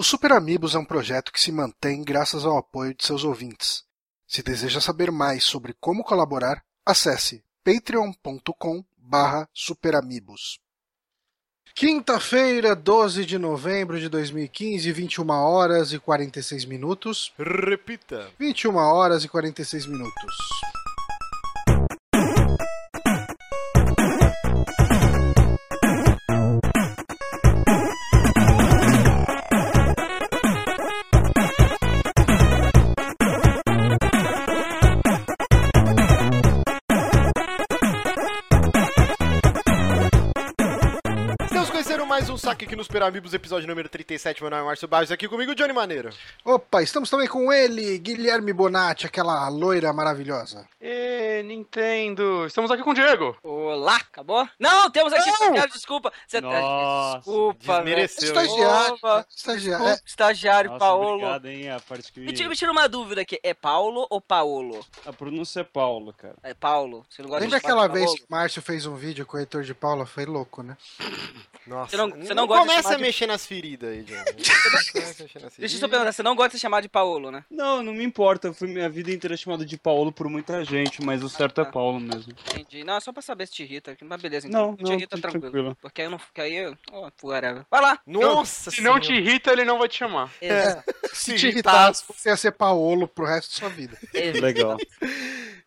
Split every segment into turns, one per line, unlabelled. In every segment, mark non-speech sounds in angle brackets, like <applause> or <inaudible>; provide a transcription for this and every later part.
Super Amigos é um projeto que se mantém graças ao apoio de seus ouvintes. Se deseja saber mais sobre como colaborar, acesse patreon.com barra superamigos. Quinta-feira, 12 de novembro de 2015, 21 horas e 46 minutos.
Repita.
21 horas e 46 minutos.
Estamos conhecendo mais um saque aqui nos Peramibos, episódio número 37. Meu nome é Márcio Barros, aqui comigo Johnny Maneiro.
Opa, estamos também com ele, Guilherme Bonatti, aquela loira maravilhosa.
Ê, Nintendo! Estamos aqui com o Diego!
Olá, acabou? Não, temos aqui. Cara, desculpa. Você... tá-
Nossa,
desculpa, velho.
Desmereceu. hein?
Estagiário,
Opa.
estagiário.
Desculpa,
É,
estagiário,
Nossa,
Paolo.
obrigado, hein? A parte que
Me tira, me tira uma dúvida aqui. É Paulo ou Paolo?
a pronúncia é Paulo, cara.
É Paulo. Você não gosta
lembra
de falar
aquela vez que
Paolo?
o Márcio fez um vídeo com o Heitor de Paula? Foi louco, né?
Nossa,
Você não- você não gosta de
começa
chamar
a
de-
mexer nas feridas aí,
<laughs>
Johnny. Não começa a mexer nas
Deixa eu
feridas.
só perguntar, você não gosta de ser chamado de Paolo, né?
Não, não me importa. eu Fui minha vida inteira chamada de Paulo por muita gente, mas o certo é
tá.
Paulo mesmo.
Entendi. Não, é só pra saber se te irrita. Mas beleza, então.
Não,
te
não,
irrita
tá
tranquilo.
tranquilo.
Porque aí eu não. Porque aí eu. Ó, whatever. Vai lá!
Nossa
Se não te
Senhora.
irrita, ele não vai te chamar.
Exa-
Se
Se
te irritasse,
irritasse.
você ia ser Paolo pro resto da sua vida.
exa-
Legal. tá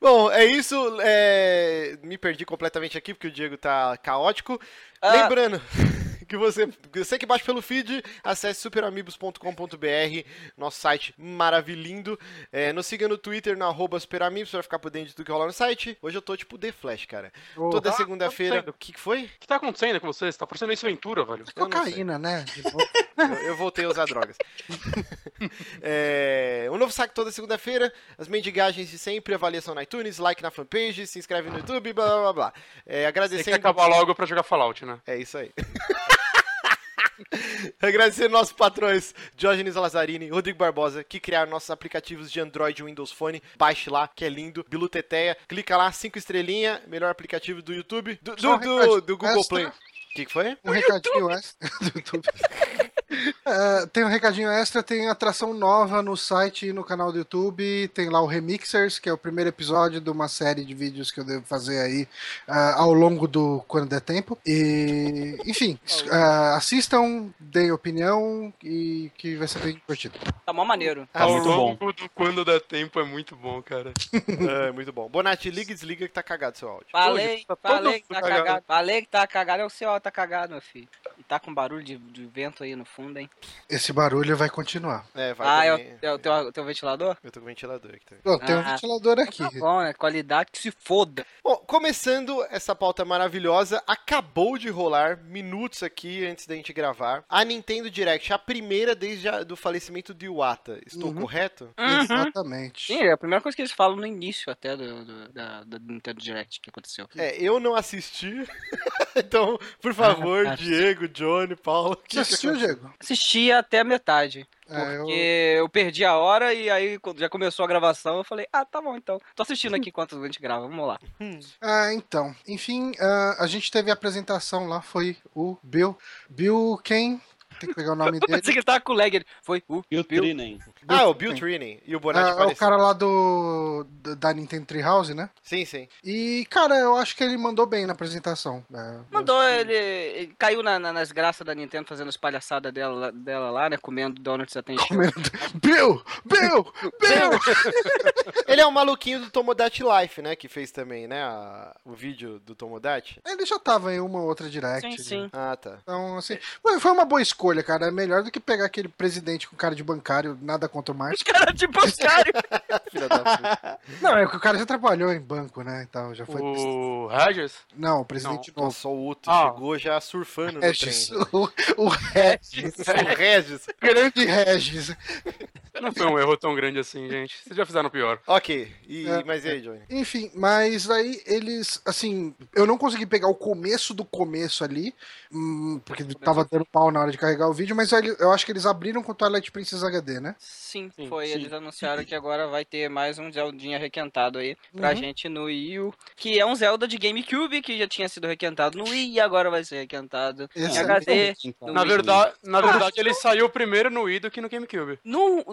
Bom, é isso. é, Me perdi completamente aqui porque o Diego tá caótico.
Ah.
Lembrando. <laughs> Que você, você que baixa pelo feed, acesse superamigos.com.br, nosso site maravilhindo. É, nos siga no Twitter, no arroba superamigos, pra ficar por dentro de tudo que rola no site. Hoje eu tô tipo The Flash, cara. Toda
tá
segunda-feira. O
acontecendo.
que, que foi?
O que tá acontecendo com você? Você tá parecendo isso aventura, velho.
É
Eu não sei.
cocaína, né? De novo.
Eu, eu voltei a usar
<laughs>
drogas. É, um novo saque toda segunda-feira. As mendigagens de sempre, avaliação no iTunes, like na fanpage, se inscreve no YouTube, blá blá blá. blá. É,
Tem
agradecendo.
que acabar logo pra jogar Fallout, né?
É isso aí. <laughs> Agradecendo nossos patrões Diógenes Lazzarini e Rodrigo Barbosa, que criaram nossos aplicativos de Android e Windows Phone. Baixe lá, que é lindo. Biluteteia. Clica lá, 5 estrelinha, melhor aplicativo do YouTube. Do,
Só
do,
um
do,
recadinho
do Google
extra.
Play. O que, que foi?
Um recadinho extra <laughs> do YouTube. É, tem um recadinho extra, tem atração nova no site e no canal do YouTube. Tem lá o Remixers, que é o primeiro episódio de uma série de vídeos que eu devo fazer aí ah, ao longo do quando der tempo. E, enfim,
Tá
s- ah, assistam, deem opinião e que vai ser bem divertido.
Tá mó maneiro.
Tá
Ao
muito
longo do quando der tempo é muito bom, cara.
Tipo,
É, muito bom. Bonatti, liga e desliga que tá cagado seu áudio.
Falei,
tá todo
falei que
mundo
tá cagado.
cagado.
Falei que tá cagado. É o seu, ó, tá cagado, meu filho. E tá com barulho de, de vento aí no fundo, hein?
Esse barulho vai continuar.
É, vai
ah, é
também.
o, é o teu, é o teu ventilador?
Eu tô com o ventilador aqui também.
Pô, tem um
Ah.
ventilador aqui.
Tá bom, né? Qualidade que se foda.
Bom, começando essa pauta maravilhosa, acabou de rolar minutos aqui antes da gente gravar. A Nintendo Direct, a primeira desde a, do falecimento de Iwata. Estou
Uhum.
correto?
Exatamente.
Sim, é a primeira coisa que eles falam no início até do, do, da, do Nintendo Direct que aconteceu.
É, eu não assisti. <laughs> então, por favor,
Ah, tá.
Diego, Johnny, Paulo. que-
Você assistiu, Diego?
Assisti até a metade,
É, eu-
porque eu... perdi a hora e aí quando já começou a gravação eu falei, ah, tá bom então. Tô assistindo aqui enquanto a gente grava, vamos lá.
Ah, então. Enfim, ah, a gente teve a apresentação lá, foi o Bill. Bill quem? Tem que pegar o nome
<laughs> Eu
dele.
<laughs> pensei que ele tava com o lag, ele foi "Uh, o
E o Trinen?
Ah, o Bill Training e o Bonatti
Ah, é o
apareceu.
cara lá do da- da Nintendo Treehouse, né?
Sim, sim.
E, cara, eu acho que ele mandou bem na apresentação. É, <laughs>
Mandou, ele, ele caiu na- na- nas graças da Nintendo fazendo as palhaçadas dela, dela lá, né? Comendo donuts até encher.
Bill! Bill! Bill!
Ele é o maluquinho do Tomodachi Life, né? Que fez também, né? a- o vídeo do Tomodachi.
ele já tava em uma ou outra direct.
Sim,
né?
<laughs> sim.
Ah, tá.
Então, assim, foi foi uma boa escolha, cara. É melhor do que pegar aquele presidente com cara de bancário, nada contra o Márcio.
Cara de <laughs> bancário.
Filha
<laughs>
da puta.
Não, é que o cara já trabalhou em banco, né? Então, já foi.
O Regis?
Não, o presidente novo.
Nossa, o outro
Ah.
chegou já surfando
É, <laughs>
no <laughs>
Regis,
trem.
o, o Regis,
O Regis.
grande Regis.
Não foi um erro tão grande assim, gente. Vocês já fizeram pior.
Ok, e,
É.
mas e aí, Johnny?
Enfim, mas aí eles, assim, eu não consegui pegar o começo do começo ali, hum, porque tava dando pau na hora de carregar o vídeo, mas aí eu acho que eles abriram com o Twilight Princess HD, né?
Sim,
Sim,
foi.
sim.
Eles anunciaram que agora vai ter mais um Zeldinha requentado aí pra
Uhum.
gente no Wii U. Que é um Zelda de GameCube que já tinha sido requentado no Wii e agora vai ser requentado.
Esse
É, HD.
assim,
Na verdade, na verdade ele saiu primeiro no Wii do que no GameCube.
No,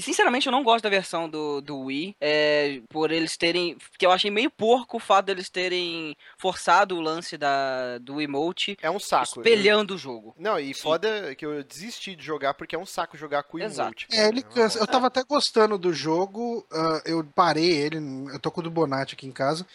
sinceramente, eu não gosto da versão do, do Wii. é, por eles terem. Que eu achei meio porco o fato deles terem forçado o lance da, do emote
É um saco.
né? espelhando o jogo.
Não, e foda é que eu desisti de jogar porque é um saco jogar com o né?
Exato.
emote.
É, ele
uma
cansa.
bosta.
Eu tava até gostando do jogo, ah, eu parei ele, eu tô com o do Bonatti aqui em casa.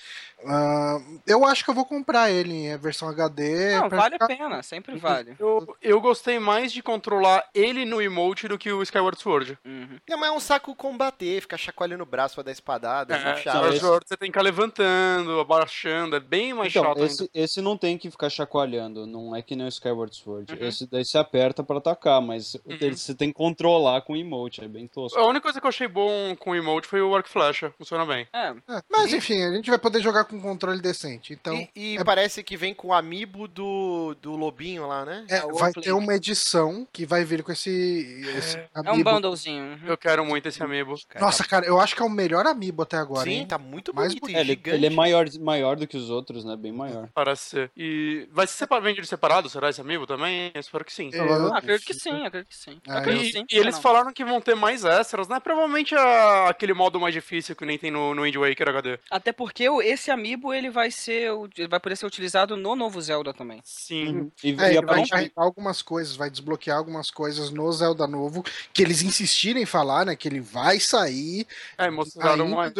Ah, eu acho que eu vou comprar ele em versão HD.
não,
É, pra
vale
ficar-
a pena, sempre vale.
Eu, eu gostei mais de controlar ele no emote do que o Skyward Sword.
Uhum.
Não, mas é um saco combater, ficar chacoalhando o braço pra dar espadada, é,
Ah,
É,
chato.
Skyward Sword você tem que ficar levantando, abaixando, é bem mais
Então,
chato
esse,
ainda.
esse não tem que ficar chacoalhando, não é que nem o Skyward Sword. Esse daí você aperta pra atacar, mas ele- você tem que controlar com o emote, é bem tosco.
A única coisa que eu achei bom com o emote foi o Arc Flecha, funciona bem.
É,
Ah, Mas enfim, a gente vai poder jogar com controle decente. Então,
e e
é-
parece que vem com o amiibo do, do lobinho lá, né?
é,
o
vai
Uplink.
ter uma edição que vai vir com esse. esse
é um
amiibo.
bundlezinho. uhum.
Eu quero muito esse amiibo.
Cara,
Nossa, cara, eu acho que é o melhor amiibo até agora,
Sim,
hein?
tá muito
Mais
bonito,
É,
e
ele,
gigante.
ele é maior, maior do que os outros, né? Bem maior.
Parece ser. E vai ser separado, vende ele separado? Será esse amigo também? Eu espero que sim.
É, Eu-
Ah, acredito que sim, acredito que sim.
Ah,
Acredito que
E,
sim,
e eles
não.
falaram que vão ter mais extras, né? Provavelmente a- aquele modo mais difícil que nem tem no, no Wind Waker HD.
Até porque o- esse amiibo ele vai ser. o- Ele vai poder ser utilizado no novo Zelda também.
Sim.
É,
E, e
ele vai
aparentemente-
enxergar algumas coisas, vai desbloquear algumas coisas no Zelda novo, que eles insistirem em falar, né? Que ele vai sair
É,
ainda
mostraram
em
mais.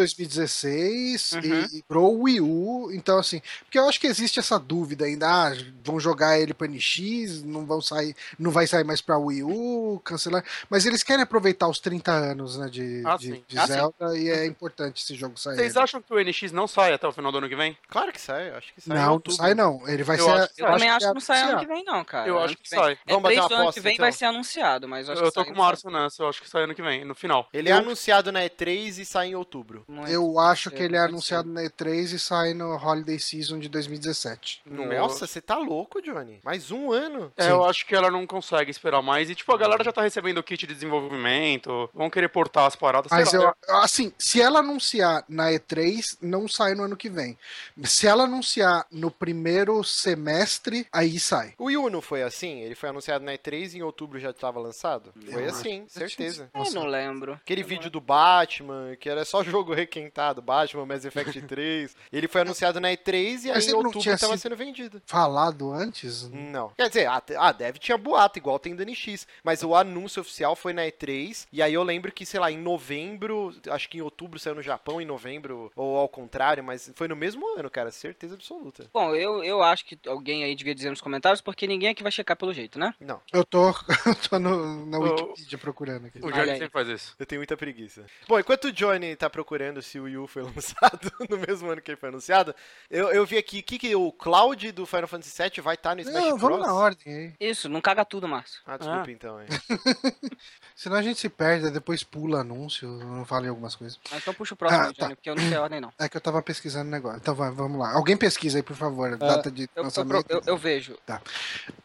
2016
Uhum.
e, e pro Wii U. Então, assim, porque eu acho que existe essa dúvida ainda, ah, vão jogar ele pra NX, não vão sair, não vai sair mais pra Wii U, cancelar. Mas eles querem aproveitar os 30 anos, né, de,
Ah,
de-
sim.
de
Ah, sim.
Zelda, e é importante esse jogo sair.
Vocês acham que o NX não sai até o final do ano que vem?
Claro que sai, eu acho que sai. em
Não, não
outubro.
sai não. Ele vai
Eu
ser.
acho que
Eu
Eu
também acho
é
que não sai ano
anunciado.
que vem, não, cara.
eu
Ano
acho que,
vem.
sai.
É
Vamos bater
três
uma
do ano
aposta,
que vem
então.
vai ser anunciado, mas eu acho
Eu
que
tô
sai
com
ano
o Márcio nessa, eu acho que sai ano que vem, no final.
Ele é
um
anunciado na E3 e sai em outubro.
que vem. Muito.
Eu acho que
Pode
ele é
né? ser.
anunciado na E3 e sai no Holiday Season de 2017.
Nossa, você tá louco, Johnny. Mais um ano.
É, eu acho que ela não consegue esperar mais. E, tipo, a galera já tá recebendo o kit de desenvolvimento. Vão querer portar as paradas. sei
Mas
lá.
eu, assim, se ela anunciar na E3, não sai no ano que vem. Se ela anunciar no primeiro semestre, aí sai.
O Wii U não foi assim? Ele foi anunciado na E3 e em outubro já tava lançado? Foi
acho
assim, certeza.
Eu É, não lembro.
Aquele
Eu não
vídeo do Batman, que era só jogo requentado, Batman, Mass
<laughs>
Effect 3. Ele foi anunciado na E3 e aí
Mas
em
ele não
outubro
tinha
tava
sido- Uhum.
sendo vendido.
Falado antes?
Não. Quer dizer, ah, a, a Dev tinha boato, igual tem do NX. Mas o anúncio oficial foi na E3. E aí eu lembro que, sei lá, em novembro, acho que em outubro saiu no Japão, em novembro, ou ao contrário, mas foi no mesmo ano, cara. Certeza absoluta.
Bom, eu, eu acho que alguém aí devia dizer nos comentários, porque ninguém aqui vai checar pelo jeito, né?
Não,
Eu tô, <laughs> eu tô no- na
Eu-
Wikipedia procurando aqui.
O
Olha
Jorge
aí.
sempre faz isso.
eu tenho muita preguiça. Bom, enquanto o Johnny tá procurando se o Wii U foi <laughs> lançado no mesmo ano que ele foi anunciado, eu, eu vi aqui que, que o Cloud do Final Fantasy VII vai estar no Smash
Não,
Bros.
vamos na ordem aí.
Isso, não caga tudo, Márcio.
Ah, desculpa então, hein.
Senão a gente se perde, aí depois pula anúncio, não falei algumas coisas.
Mas então puxa o próximo,
Ah, tá.
Johnny, porque eu não sei a ordem, não.
É que eu tava pesquisando o negócio. Então vai, vamos lá. Alguém pesquisa aí, por favor. data de
Eu, eu,
lançamento.
eu- eu vejo.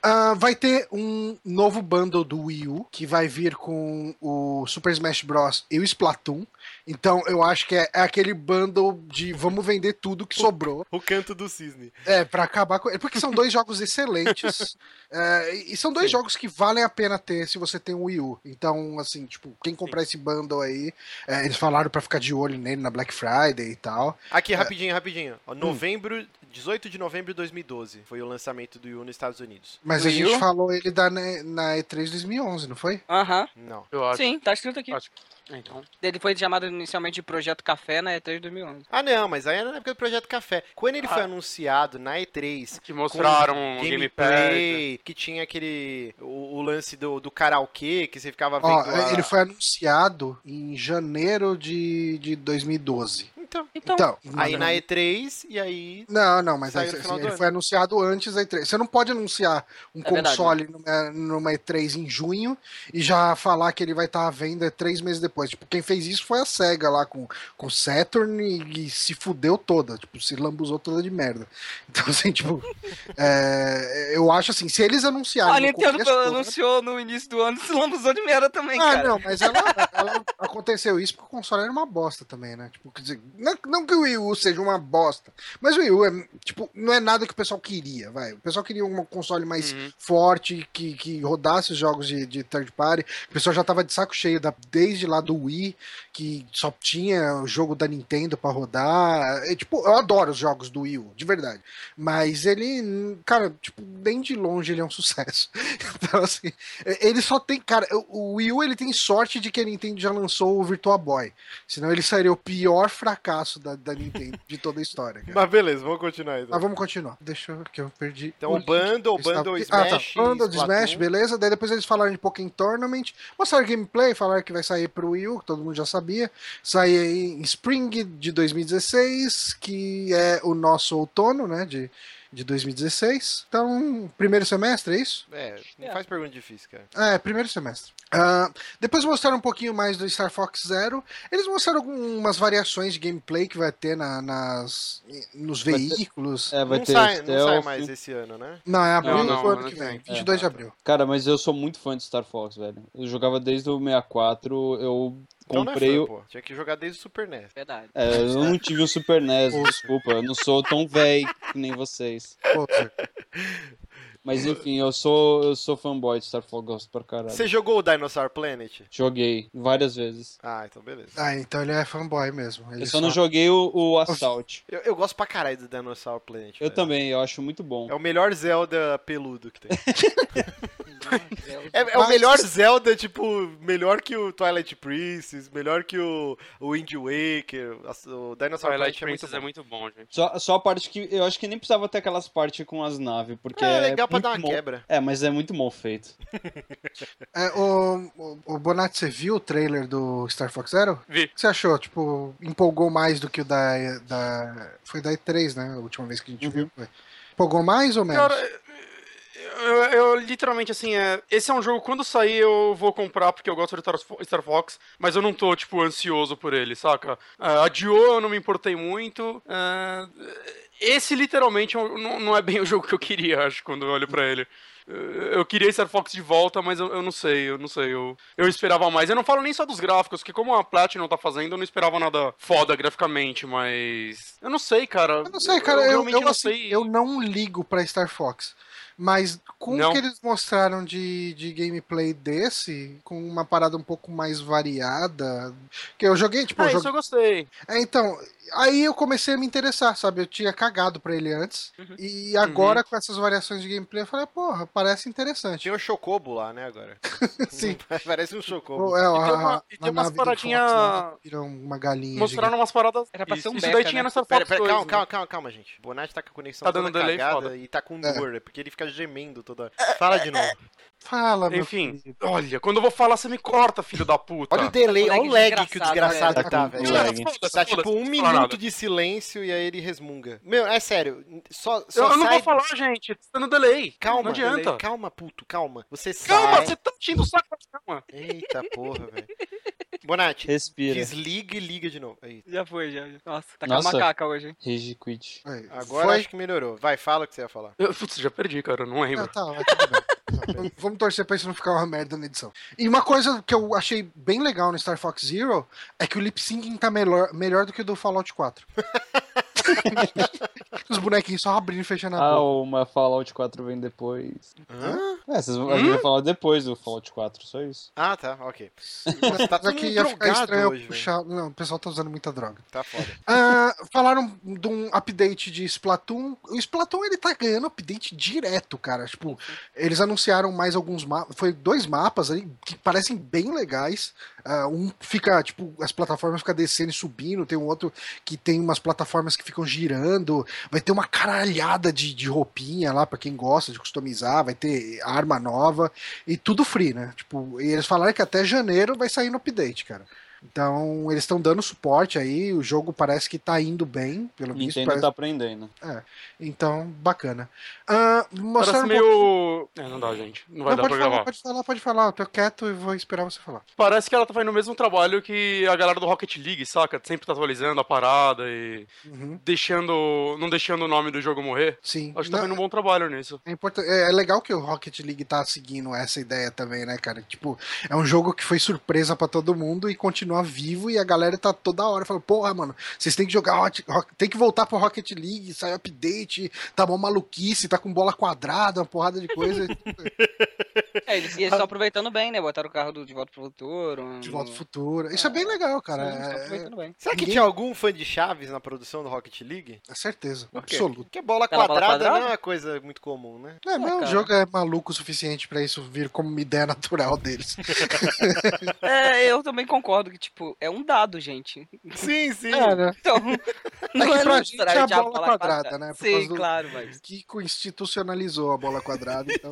Ah, vai ter um novo bundle do Wii U que vai vir com o Super Smash Bros. e o Splatoon. Então eu acho que é, é aquele bundle de vamos vender tudo que sobrou.
O canto do cisne.
É, pra acabar com ele. Porque são dois jogos excelentes. <laughs> É, e são dois jogos que valem a pena ter se você tem um Wii U. Então, assim, tipo, quem comprar esse bundle aí, é, eles falaram pra ficar de olho nele na Black Friday e tal.
Aqui, rapidinho, rapidinho.
Hum.
Ó, Novembro, 18 de novembro de 2012 foi o lançamento do Wii U nos Estados Unidos.
Mas
Do
a
Wii
gente
U?
falou ele da, na, na E3 2011, não foi?
Aham.
Não.
Eu acho.
Sim, tá escrito aqui.
Acho que- Então,
Ele foi chamado inicialmente de Projeto Café na E3 2011.
Ah, não, mas aí era na época do Projeto Café. Quando ele foi anunciado na E3,
que Ah. mostraram o gameplay.
gameplay, que tinha aquele. O, o lance do, do karaokê, que você ficava vendo.
Ó,
a-
ele foi anunciado em janeiro de, de 2012.
então.
Então,
Então,
Aí na E3, e aí.
Não, não, mas
Saiu
aí,
no final
assim,
do
ele
ano.
foi anunciado antes da E3. Você não pode anunciar um
É verdade,
console numa, numa E3 em junho e já falar que ele vai estar à venda três meses depois. Tipo, quem fez isso foi a SEGA lá com com o Saturn e, e se fudeu toda, tipo, se lambuzou toda de merda. Então, assim,
<laughs>
tipo, é, eu acho assim, se eles anunciarem.
a
no
então,
Nintendo
começo do ano-
anunciou no início do ano, se lambuzou de merda também,
ah,
cara.
não, mas ela, ela- aconteceu isso porque o console era uma bosta também, né? Tipo, quer dizer, não, não que o Wii U seja uma bosta, mas o Wii U é, tipo, não é nada que o pessoal queria, vai. O pessoal queria um console mais
Uhum.
forte, que, que rodasse os jogos de, de third party. O pessoal já tava de saco cheio da, desde lá do Wii, que só tinha o jogo da Nintendo pra rodar. É, tipo, eu adoro os jogos do Wii U, de verdade. Mas ele, cara, tipo, nem de longe ele é um <laughs> sucesso. Então, assim, ele só tem, cara, o Wii U ele tem sorte de que a Nintendo já lançou o Virtua Boy. Senão ele seria o pior fracasso da, da Nintendo de toda a história.
<laughs>
Cara.
Mas beleza, vamos continuar então.
Mas vamos continuar. Deixa eu, que eu perdi.
Então,
o link
Bundle,
que eu estava-
Bundle
Ah, tá.
Smash,
Bundle de
Splatoon.
Smash, beleza. Daí depois eles falaram de Pokémon Tournament, mostraram gameplay, falaram que vai sair pro Wii U, que todo mundo já sabia. Sai aí em Spring de 2016, que é o nosso outono, né, de, de 2016. Então, primeiro semestre, é isso?
É, não faz pergunta difícil, cara.
É, primeiro semestre. Ah, depois mostraram um pouquinho mais do Star Fox Zero. Eles mostraram algumas variações de gameplay que vai ter na- nas, nos
Vai ter-
veículos.
É, vai
não,
ter
sai, não sai
stealth.
mais esse ano, né?
Não, é abril
Não,
do
não,
ano
não
que
tem.
vem, 22 de
É.
abril.
Cara, mas eu sou muito fã de Star Fox, velho. Eu jogava desde o 64, eu
Então não é
comprei
fã,
o.
pô. Tinha que jogar desde o Super NES.
Verdade.
É, eu não tive um Super NES, desculpa. Eu não sou tão velho que nem vocês.
Pô, você-
Mas enfim, eu sou, eu sou fanboy de Star Fox, gosto pra caralho.
Você jogou o Dinosaur Planet?
Joguei várias vezes.
Ah, então beleza.
ah, então ele é fanboy mesmo. Ele
Eu só não joguei o, o Assault.
Eu, eu gosto pra caralho do Dinosaur Planet.
Eu
velho.
também, eu acho muito bom.
É o melhor Zelda peludo que tem.
<laughs>
É, é o
Mas-
melhor Zelda, tipo, melhor que o Twilight Princess, melhor que o, o Wind Waker, a- o Dinosaur Planet
Twilight
é muito
Princess
bom.
é muito bom, gente.
Só, só a parte que. Eu acho que nem precisava ter aquelas partes com as naves, porque.
É legal pra
muito
dar uma
mal-
quebra.
É, mas é muito mal feito.
É, o, o, o Bonatti, você viu o trailer do Star Fox Zero?
Vi.
O que você achou? Tipo, empolgou mais do que o da. da... Foi da E3, né? A última vez que a gente
Uhum.
viu. Foi. Empolgou mais ou menos?
Cara, eu, eu literalmente, assim, é, esse é um jogo, quando sair eu vou comprar porque eu gosto de Star Fo- Star Fox, mas eu não tô, tipo, ansioso por ele, saca? Ah, adiou, eu não me importei muito. ah, esse, literalmente, eu- não, não é bem o jogo que eu queria, <laughs> acho, quando eu olho pra ele. Eh, Eu queria Star Fox de volta, mas eu, eu não sei, eu não sei. Eu, eu esperava mais. Eu não falo nem só dos gráficos, que como a Platinum tá fazendo, eu não esperava nada foda graficamente, mas. Eu não sei, cara.
Eu não sei, cara. Eu,
realmente
eu,
não
assim,
sei.
eu não ligo pra Star Fox. Mas com o
Não.
que eles mostraram de, de gameplay desse, com uma parada um pouco mais variada. Que eu joguei, tipo,
Ah,
eu
isso
joguei-
eu gostei.
É, então, aí eu comecei a me interessar, sabe? Eu tinha cagado pra ele antes.
Uhum.
E agora, com essas variações de gameplay, eu falei, porra, parece interessante.
Tinha o Chocobo lá, né, agora.
Sim.
<laughs> Parece um
Pô,
Chocobo.
É,
E tem uma-
a-
e
a
tem umas
nave do Fox
paradinhas-
lá, viram uma galinha.
Mostraram umas paradas.
Era pra
isso,
ser um
isso
beca,
daí tinha
né?
no Star Fox
Pera, pera,
2,
calma,
né?
calma, calma, calma, gente. O Bonatti tá com a conexão
Tá
toda
dando delay,
cagada
foda.
e tá com
É.
dor, é porque ele fica gemendo toda... Fala de novo.
Fala, meu
Enfim,
querido.
olha, quando eu vou falar, você me corta, filho da puta.
Olha o delay, olha o
Lag
lag que o
desgraçado,
desgraçado
velho.
tá,
Tá com
velho.
lag.
Tá tipo um minuto de silêncio e aí ele resmunga. Meu, é sério, só,
Eu,
só
eu não
sai...
vou falar, gente. Tá dando delay.
Calma,
Não adianta.
calma, puto, calma. Você
Calma,
sai...
você tá enchendo o saco da calma.
Eita porra, velho. Bonatti,
Respira.
desliga e liga de novo. Aí.
Já foi, já. já. Nossa, tá com
Nossa.
a macaca hoje, hein?
Rage Quit.
Aí,
Agora
é
acho que melhorou. Vai, fala o que você ia falar.
Eu, putz, já perdi, cara. eu Não
Ah,
lembro.
tá, vai, tudo bem. Tá,
<laughs>
vamos- Vamos torcer pra isso não ficar uma merda na edição. E uma coisa que eu achei bem legal no Star Fox Zero é que o lip syncing tá melhor, melhor do que o do Fallout
<laughs>
4. Os bonequinhos só abrindo e fechando a
Ah,
boca.
uma Fallout 4 vem depois.
Hã?
É, vocês vão, a gente vai falar depois do Fallout 4, só isso.
Ah, tá, ok.
Mas
tá todo
aqui
mundo
ia ficar
drogado
estranho eu
hoje,
puxar- Não, o pessoal tá usando muita droga.
Tá foda.
Ah, falaram de um update de Splatoon. O Splatoon ele tá ganhando update direto, cara. Tipo, eles anunciaram mais alguns mapas. Foi dois mapas aí que parecem bem legais. Ah, um fica, tipo, as plataformas ficam descendo e subindo. Tem um outro que tem umas plataformas que ficam girando. Vai ter uma caralhada de, de roupinha lá pra quem gosta de customizar. Vai ter arma nova. E tudo free, né? Tipo, e eles falaram que até janeiro vai sair no update, cara. Então, eles estão dando suporte aí, o jogo parece que tá indo bem, pelo visto.
Nintendo
parece-
tá aprendendo.
Então, bacana. Ah,
Parece
mostraram um pouquinho-
meio. É, não dá, gente. Não vai
Não,
dar
pode
pra
falar,
gravar.
pode falar, pode falar. Eu tô quieto e vou esperar você falar.
Parece que ela tá fazendo o mesmo trabalho que a galera do Rocket League, saca? Sempre tá atualizando a parada e
Uhum.
deixando. não deixando o nome do jogo morrer.
Sim.
Acho que
Não,
tá fazendo um bom trabalho nisso.
É, importan- é- é legal que o Rocket League tá seguindo essa ideia também, né, cara? Tipo, é um jogo que foi surpresa pra todo mundo e continua vivo e a galera tá toda hora falando, porra, mano, vocês têm que jogar Rock, Rock- tem que voltar pro Rocket League, saiu update, tá mó maluquice, tá com bola quadrada, uma porrada de <laughs> coisa.
É, eles eles estão aproveitando bem, né? Botaram o carro do De Volta pro Futuro. um-
Ah. de volta ao futuro. Isso é bem legal, cara.
Eles estão
É,
aproveitando bem.
Será que
Ninguém-
tinha algum fã de Chaves na produção do Rocket League?
é certeza,
Por quê?
absoluto.
Porque bola
Aquela bola
quadrada não é
quadrada?
uma coisa muito comum,
<laughs>
né?
É, mas o
cara.
jogo é maluco o suficiente pra isso vir como uma ideia natural deles.
É, eu também concordo que, tipo, é um dado, gente.
Sim, sim.
Cara,
Então, não
É pra
não
gente
traz
é a
de
bola quadrada, né, por causa
Sim,
do-
claro, mas.
que institucionalizou a bola quadrada, então.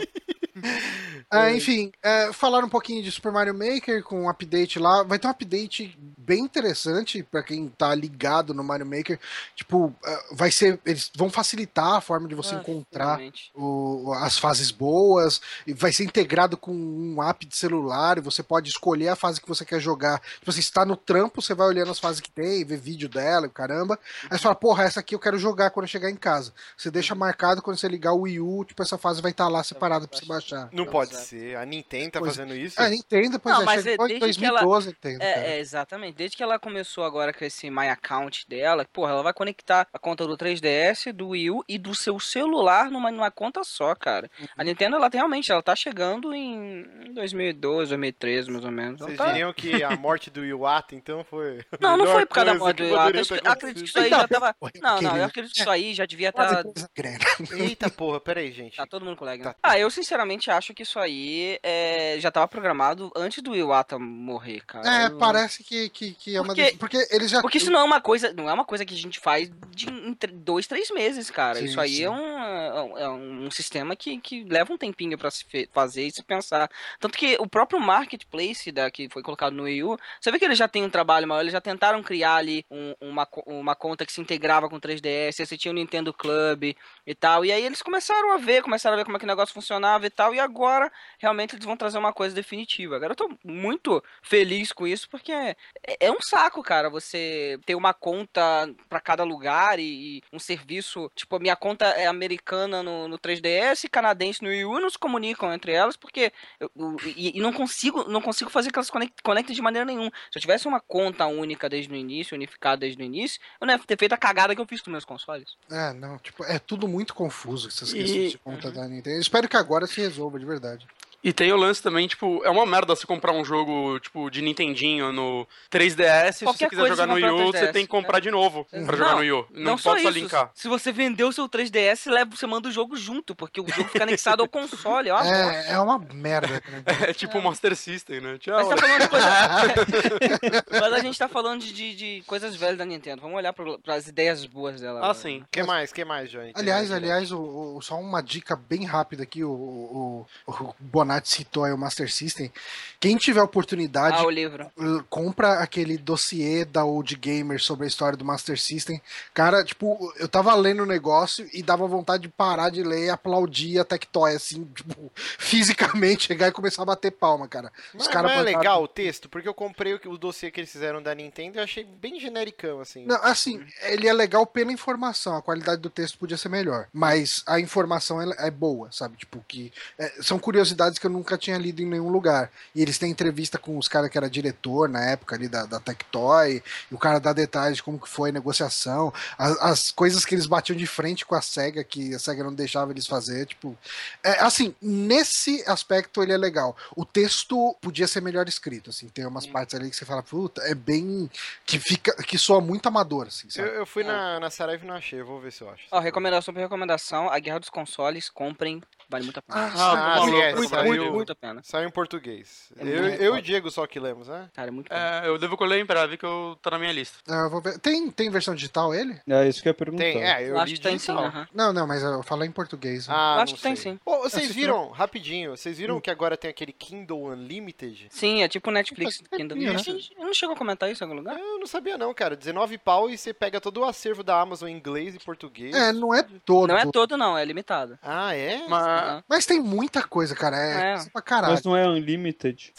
Ah, enfim, é, falaram um pouquinho de Super Mario Maker com um update lá. Vai ter um update bem interessante pra quem tá ligado no Mario Maker. Tipo, ah, vai ser. Eles vão facilitar a forma de você
Ah,
encontrar
finalmente.
o- as fases boas, e vai ser integrado com um app de celular, e você pode escolher a fase que você quer jogar. Se você está no trampo, você vai olhando as fases que tem, vê vídeo dela, e o caramba. Aí você fala, porra, essa aqui eu quero jogar quando eu chegar em casa. Você deixa marcado quando você ligar o Wii U, tipo, essa fase vai estar lá separada pra você baixar.
Não
Não,
pode
exato.
ser. A Nintendo tá
Pois-
fazendo isso.
Ah, Nintendo, pois
Não,
é,
mas
chegou em
desde que ela-
2012, Nintendo. cara.
É, é, exatamente. Desde que ela começou agora com esse My Account dela, porra, ela vai conectar a conta do 3DS, do Wii U e do seu celular numa, numa conta só, cara. A Nintendo, ela tem- realmente, ela tá chegando em 2012, 2013, mais ou
então
menos. Ela
Vocês
tá-
diriam que a morte do Iwata, então,
<laughs>
foi. a
Não, não
melhor
foi por causa da
coisa
moda
que
do
poderia
Iwata.
ter
Acho que- Acredito que isso
acontecido?
aí já tava.
Porra, eu
<laughs> Não, é não,
queria-
eu acredito que isso aí já devia
Quase
estar.
coisa grana.
Eita porra, peraí, gente.
Tá todo mundo colega. né?
Tá.
Ah, eu sinceramente acho que isso aí é, já tava programado antes do Iwata morrer, cara.
É,
Eu-
parece que, que, que é uma
Porque-
decisão- Porque eles já.
Porque isso não é uma coisa, não é uma coisa que a gente faz de em tre- dois, três meses, cara.
Sim,
isso aí
sim.
é um, é um- é um sistema que, que leva um tempinho pra se fe- fazer e se pensar. Tanto que o próprio marketplace da, que foi colocado no EU, você vê que ele já tem um trabalho maior, eles já tentaram criar ali um- uma, co- uma conta que se integrava com o 3DS, aí você tinha o Nintendo Club e tal. E aí eles começaram a ver, começaram a ver como é que o negócio funcionava e tal. E agora, realmente, eles vão trazer uma coisa definitiva. Agora eu tô muito feliz com isso, porque é- É um saco, cara, você ter uma conta pra cada lugar e, e um serviço. Tipo, a minha conta é americana no, no 3DS, canadense no Wii U e não se comunicam entre elas, porque eu, eu- e, e não consigo não consigo fazer que elas conec- conectem de maneira nenhuma. Se eu tivesse uma conta única desde o início, unificada desde o início, eu não ia ter feito a cagada que eu fiz com meus consoles.
É, não, tipo, é tudo muito confuso essas
E-
questões de conta
Uhum.
da Nintendo. Eu espero que agora se resolva, de verdade.
E tem o lance também, tipo, é uma merda você comprar um jogo, tipo, de Nintendinho no 3DS. se
Qualquer
você quiser
coisa
jogar
você
no Wii
compra
U,
no 3DS,
você tem que comprar de novo pra jogar
Não,
no Wii U. Não,
né? Não, só
pode
isso.
só
<laughs>
linkar.
Se você vender o seu 3DS, leva, você manda o jogo junto, porque o jogo fica anexado ao console. É uma bosta.
<laughs> É, é uma merda. né? cara.
<laughs>
É tipo o Master System, né? Tchau.
Mas tá falando de coisa. <laughs> Mas a gente tá falando de, de- de coisas velhas da Nintendo. Vamos olhar pro, pras ideias boas dela.
Ah,
agora.
sim.
Que mais, que mais, Johnny?
Aliás, aliás, o- o- só uma dica bem rápida aqui, o, o, o Bonatti citou aí o Master System. Quem tiver oportunidade,
Ah, o livro.
uh, compra aquele dossiê da Old Gamer sobre a história do Master System. Cara, tipo, eu tava lendo o negócio e dava vontade de parar de ler e aplaudir a Tectoy, assim, <laughs> tipo, fisicamente chegar e começar a bater palma, cara.
Mas,
caras
mas é
botaram-
legal o texto, porque eu comprei o, que- o dossiê que eles fizeram da Nintendo e eu achei bem genericão, assim.
Não, assim, ele é legal pela informação, a qualidade do texto podia ser melhor, mas a informação é, é boa, sabe? Tipo, que é, são curiosidades que eu nunca tinha lido em nenhum lugar. E eles têm entrevista com os caras que era diretor na época ali da, da Tectoy, e o cara dá detalhes de como que foi a negociação, as, as coisas que eles batiam de frente com a SEGA, que a SEGA não deixava eles fazer, tipo... É, assim, nesse aspecto ele é legal. O texto podia ser melhor escrito, assim, tem umas partes ali que você fala, puta, é bem que fica que soa muito amador, assim,
Eu,
sabe?
eu fui na, na Saraiva e não achei, eu vou ver se eu acho.
Ó, recomendação por recomendação: A Guerra dos Consoles. Comprem Vale muito a pena.
Ah,
Ah,
maluco,
esquece,
muito,
saiu,
muito, muito a pena.
saiu em português.
É
eu
muito
eu e
foda.
o Diego só que lemos, né?
Cara, é muito bom.
É, eu devo colher em breve que eu tá na minha lista.
Ah, eu vou ver. Tem, tem versão digital ele?
É isso que eu ia perguntar.
Tem, é, eu,
Eu acho
li
que tá em sim,
digital.
aham.
Não, não, mas eu falo em português. né?
Ah,
Eu acho
não
que tem
sei.
sim.
Ô, vocês
Assisto
viram, rapidinho, vocês viram que agora tem aquele Kindle Unlimited?
Sim, é tipo Netflix. Kindle.
né?
Isso, Não chegou a comentar isso em algum lugar?
Eu não sabia não, cara. 19 pau e você pega todo o acervo da Amazon em inglês e português.
É, não é todo.
Não é todo, não, é limitado.
Ah, é? <laughs>
Aham.
Mas.
Mas tem muita coisa, cara. É,
É.
coisa pra caralho.
Mas não é unlimited.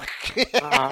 Ah.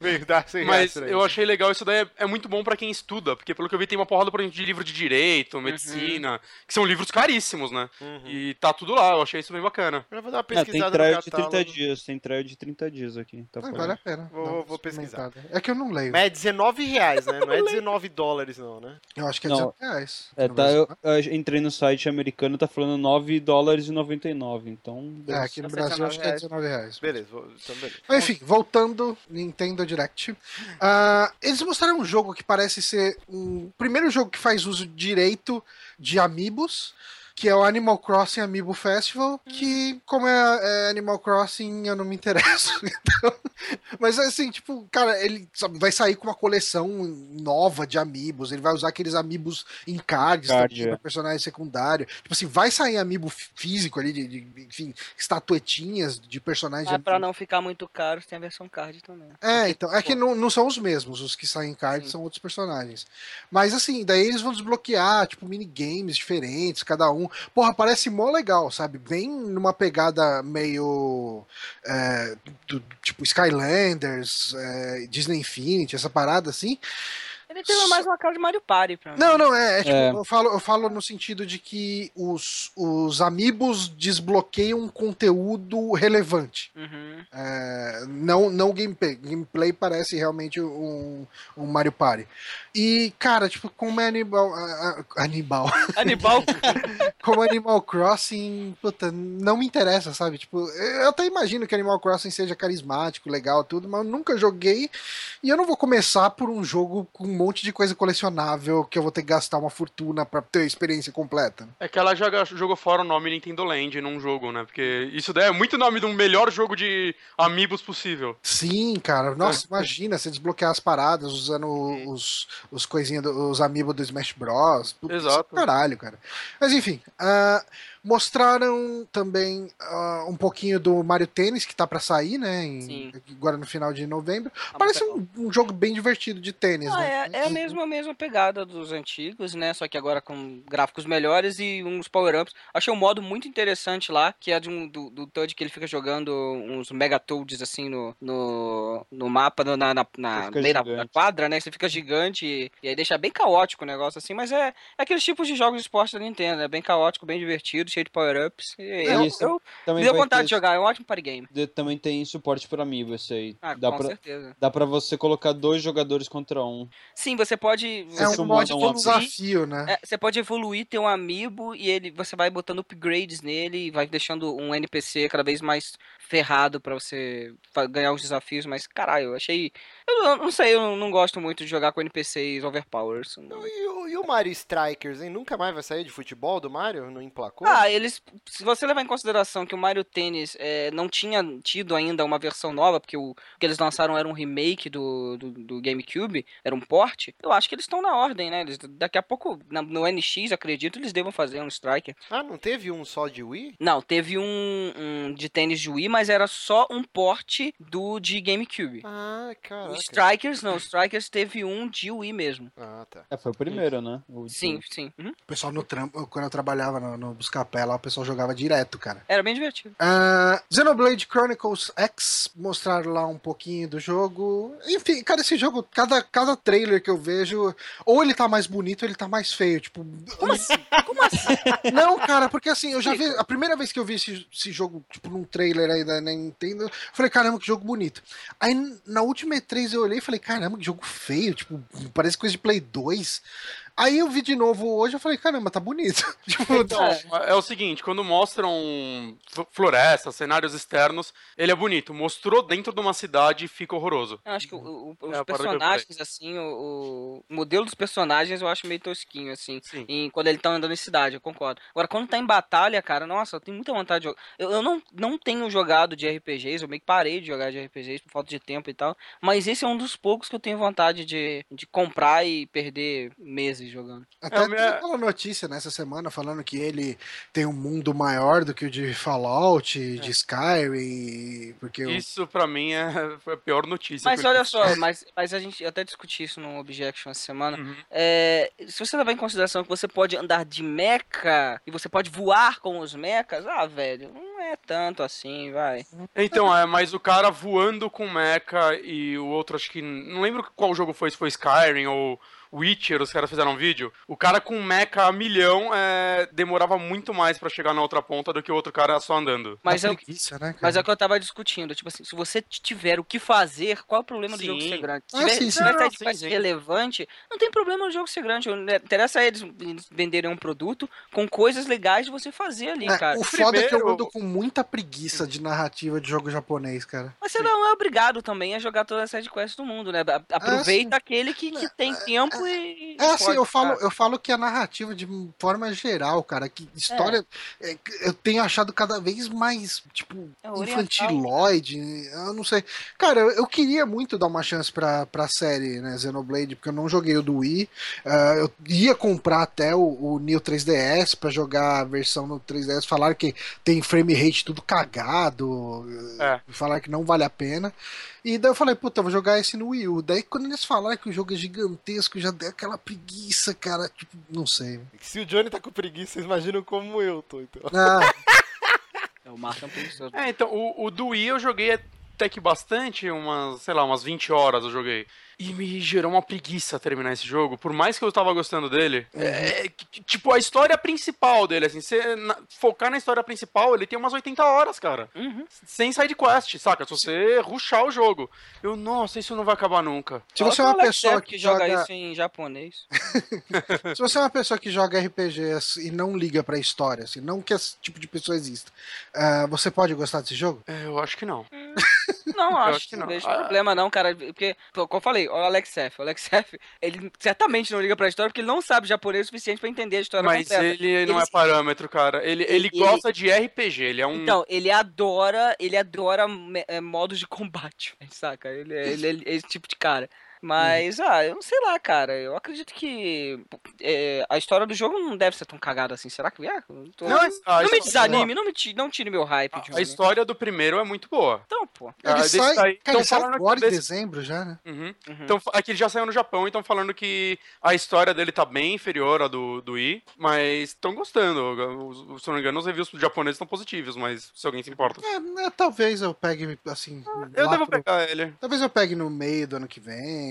Veio dar sem
Mas
graça,
é,
né?
eu achei legal, isso daí é, é muito bom pra quem estuda, porque pelo que eu vi tem uma porrada por exemplo, de livro de
Uhum.
direito, medicina, que são livros caríssimos, né?
Uhum.
E tá tudo lá, eu achei isso bem bacana.
Eu vou dar uma
É, tem
pesquisada no
trial de 30
catálogo.
dias, tem trial de 30 dias aqui. Tá
Ah,
por
vale a
aí.
pena.
Vou-
dar uma
vou pesquisar.
experimentada. É que eu não leio.
Mas é 19 reais, né? Não é 19 dólares não, né?
Eu acho que é
Não.
19 reais.
É,
No
tá,
Brasil.
eu, eu entrei no site americano, tá falando 9 dólares e 99, então...
É, aqui no
Tá
Brasil acho que é
19
19 reais.
Beleza, vou... então beleza.
Mas, enfim, voltando, Nintendo Direct. Ah, eles mostraram um jogo que parece ser um primeiro jogo que faz uso direito de amiibos, que é o Animal Crossing Amiibo Festival, que, como é, é Animal Crossing, eu não me interesso. <laughs> Então, mas assim, tipo, cara, ele sabe, vai sair com uma coleção nova de amiibos, ele vai usar aqueles amiibos em cards
Card,
também,
é.
pra personagem secundário. Tipo assim, vai sair amiibo fí- físico ali, de, de- enfim, estatuetinhas de personagens.
Mas é pra não ficar muito caro, tem a versão card também.
É, então. É que não, não são os mesmos, os que saem em card
Sim.
são outros personagens. Mas assim, daí eles vão desbloquear, tipo, minigames diferentes, cada um. Porra, parece mó legal, sabe? Bem numa pegada meio. é, do- tipo, Skylanders, é, Disney Infinity, essa parada assim.
Ele teve mais uma cara de Mario Party pra mim.
Não, não, é. é, tipo,
É.
Eu, falo, eu falo no sentido de que os, os amigos desbloqueiam um conteúdo relevante.
Uhum.
É, não não gameplay. Gameplay parece realmente um, um Mario Party. E, cara, tipo, como é Animal. a- a- Animal. <laughs>
<laughs> Anibal.
Como Animal Crossing, puta, não me interessa, sabe? Tipo, eu até imagino que Animal Crossing seja carismático, legal, tudo, mas eu nunca joguei. E eu não vou começar por um jogo com um monte de coisa colecionável que eu vou ter que gastar uma fortuna pra ter a experiência completa.
É que ela joga, jogou fora o nome Nintendo Land num jogo, né? Porque isso daí é muito nome de um melhor jogo de amigos possível.
Sim, cara. Nossa, imagina você desbloquear as paradas usando os, os coisinhas, do- os amigos do Smash Bros. Puta, isso é
Exato.
Caralho, cara. Mas enfim, ah, mostraram também ah, um pouquinho do Mario Tênis, que tá pra sair, né? em-
Sim. é
Agora no final de novembro. Parece um, um jogo bem divertido de tênis,
Ah,
né?
é, é a mesma, a mesma pegada dos antigos, né? Só que agora com gráficos melhores e uns power-ups. Achei um modo muito interessante lá, que é de um, do, do Toad que ele fica jogando uns Megatoads assim no, no, no mapa, no- na, na, na-
Você fica
no meio da,
gigante.
da quadra, né? Você fica gigante e, e aí deixa bem caótico o negócio assim. Mas é, é aqueles tipos de jogos de esporte da Nintendo, é bem caótico, bem divertido, cheio de power-ups. E Eu,
É isso
eu,
Também
deu
vai
vontade
ter-
de jogar, é um ótimo party game.
de- Também tem suporte pra amiibo esse aí.
Ah,
dá,
com
pra,
certeza.
dá pra você colocar dois jogadores contra um.
Sim, você pode.
É
Você
um mod
manda um
de
up.
desafio, né?
É, você pode evoluir teu amiibo e ele você vai botando upgrades nele e vai deixando um NPC cada vez mais ferrado pra você fa- ganhar os desafios, mas caralho, eu achei. Eu não, não sei, eu não- não gosto muito de jogar com NPCs overpowers. não.
E o, e o Mario Strikers, hein? Nunca mais vai sair de futebol do Mario? Não emplacou?
Ah, eles. Se você levar em consideração que o Mario Tênis eh, não tinha tido ainda uma versão nova, porque o que eles lançaram era um remake do, do, do GameCube, era um port, eu acho que eles estão na ordem, né? Eles, daqui a pouco, na- no NX, acredito, eles devam fazer um Striker.
Ah, não teve um só de Wii?
Não, teve um, um de tênis de Wii, mas era só um porte do de GameCube.
Ah,
o
caraca.
Strikers não, o Strikers teve um de Wii mesmo.
Ah, tá.
É, foi o primeiro, né? O-
Sim, sim. Uhum.
O pessoal no trampo, quando eu trabalhava no, no Buscapé lá, o pessoal jogava direto, cara.
Era bem divertido.
Ah, Xenoblade Chronicles X mostraram lá um pouquinho do jogo. Enfim, cara, esse jogo, cada, cada trailer que eu vejo, ou ele tá mais bonito, ou ele tá mais feio. Tipo,
Como assim? Como assim?
<laughs> não, cara, porque assim, eu já vi. A primeira vez que eu vi esse, esse jogo, tipo, num trailer aí da Nintendo, eu falei, caramba, que jogo bonito. Aí na última E3 eu olhei e falei, caramba, que jogo feio, tipo, parece coisa de Play 2. Aí eu vi de novo hoje, eu falei, caramba, tá bonito. <laughs> tipo,
Então, é o seguinte, quando mostram f- florestas, cenários externos, ele é bonito. Mostrou dentro de uma cidade e fica horroroso.
Eu acho que o- o- os
É a parada que eu
personagens, assim, o, o modelo dos personagens eu acho meio tosquinho, assim.
Sim.
Em, quando eles estão andando em cidade, eu concordo. Agora, quando tá em batalha, cara, nossa, eu tenho muita vontade de jogar. Eu, eu não, não tenho jogado de RPGs, eu meio que parei de jogar de RPGs por falta de tempo e tal. Mas esse é um dos poucos que eu tenho vontade de, de comprar e perder meses jogando.
Até
É,
teve
minha-
aquela notícia nessa semana falando que ele tem um mundo maior do que o de Fallout,
É.
de Skyrim, porque o-
Isso pra mim é <laughs> foi a pior notícia.
Mas
que eu-
olha só, mas, mas a gente eu até discuti isso no Objection essa semana.
Uhum.
É, se você levar em consideração que você pode andar de meca e você pode voar com os mecas, ah, velho, não é tanto assim, vai.
Então, é, mas o cara voando com Mecha e o outro, acho que. Não lembro qual jogo foi, se foi Skyrim ou Witcher, os caras fizeram um vídeo. O cara com Mecha a milhão é, demorava muito mais pra chegar na outra ponta do que o outro cara só andando.
Mas
Dá
é, o,
preguiça, né, cara?
mas é o que eu tava discutindo, tipo assim, se você t- tiver o que fazer, qual é o problema do jogo
Sim.
ser grande? Se
Ah,
tiver,
sim,
se
sim.
tiver
Não,
side
sim,
quest
sim.
relevante, não tem problema no jogo ser grande. Não Interessa a eles venderem um produto com coisas legais de você fazer ali,
É,
cara.
o foda é que eu
primeiro-
ando com muita preguiça de narrativa de jogo japonês, cara.
Mas você não é obrigado também a jogar todas as side quests do mundo, né?
Ah,
A- Aproveita aquele que, que tem tempo e.
É assim,
pode,
eu falo,
cara.
eu falo que a narrativa de forma geral, cara, que história é, que eu tenho achado cada vez mais, tipo,
É oriental.
infantiloide, eu não sei. Cara, eu, eu queria muito dar uma chance pra, pra série, né, Xenoblade, porque eu não joguei o do Wii, ah, eu ia comprar até o, o Neo 3DS pra jogar a versão no 3DS, falaram que tem frame rate tudo cagado,
É.
falaram que não vale a pena. E daí eu falei, puta, eu vou jogar esse no Wii U. Daí quando eles falaram que o jogo é gigantesco, já deu aquela preguiça, cara. Tipo, não sei.
Se o Johnny tá com preguiça, vocês imaginam como eu tô, então.
Ah,
É o Marco é um preguiçoso.
É, então, o, o do Wii eu joguei até que bastante, umas, sei lá, umas 20 horas eu joguei. E me gerou uma preguiça terminar esse jogo, por mais que eu tava gostando dele. é, que- que- tipo, a história principal dele, assim, você na- focar na história principal, ele tem umas 80 horas, cara.
Uhum.
Sem side quest, saca? Se você ruxar o jogo. Eu, nossa, isso não vai acabar nunca.
se
Fala
você é
com
uma
o Alex
pessoa
Zep,
que joga,
isso em japonês.
se você é uma pessoa que joga RPGs assim, e não liga pra história, assim, não que esse tipo de pessoa exista, ah, você pode gostar desse jogo?
É, Eu acho que não.
Não, acho,
acho que
que não
não.
vejo
Ah.
problema não, cara. Porque, pô, como eu falei, o Alex F. O Alex <laughs> F, ele certamente não liga pra história porque ele não sabe japonês o suficiente pra entender a história
Mas
completa.
ele não é
Eles-
parâmetro, cara. Ele, ele
Ele-
gosta de RPG, ele é um.
Então, ele adora, ele adora me- é, modos de combate, <laughs> velho, saca? Ele é, ele é esse tipo de cara.
Uhum.
Mas, ah, eu não sei lá, cara. Eu acredito que é, a história do jogo não deve ser tão cagada assim. Será que é? Eu tô-
Não, a- a
não me
história-
desanime, não, me tire, não tire meu hype,
A-
Johnny.
a história do primeiro é muito boa.
Então, pô.
Ah,
Ele
desse
sai,
daí-
cara,
então
ele sai
fala na
agora em
cabeça.
dezembro já, né?
Uhum.
Uhum.
Então, fa- aqui ele já saiu no Japão e estão falando que a história dele tá bem inferior à do, do I, mas estão gostando. Os- os- Se eu não me engano, os reviews japoneses estão positivos, mas se alguém se importa.
É, né, talvez eu pegue, assim.
Ah, Eu
lá
devo
pro-
pegar ele.
Talvez eu pegue no meio do ano que vem,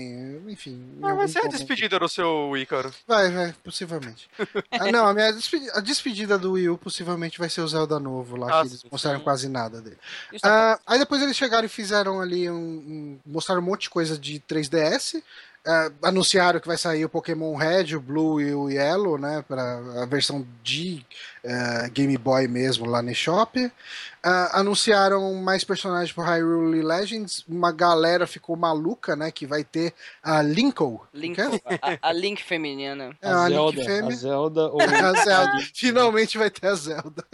enfim. em
Ah,
algum
vai ser a
momento.
despedida do seu Wii, cara.
Vai, vai,
<laughs>
possivelmente. ah, não, a minha despedi- a despedida do Will possivelmente vai ser o Zelda novo lá,
Ah,
que eles
sim,
mostraram
sim.
quase nada dele.
Isso tá
Ah, aí depois eles chegaram e fizeram ali um, um- mostraram um monte de coisa de 3DS. ah, anunciaram que vai sair o Pokémon Red, o Blue e o Yellow, né? Para a versão de ah, Game Boy mesmo lá no shop. Ah, anunciaram mais personagens pro Hyrule Legends. Uma galera ficou maluca, né? Que vai ter a Lincoln.
Link,
que é?
a, a Link feminina.
É a
A
Link
Zelda, a
Fêmea.
Zelda ou
A Zelda. Finalmente vai ter a Zelda.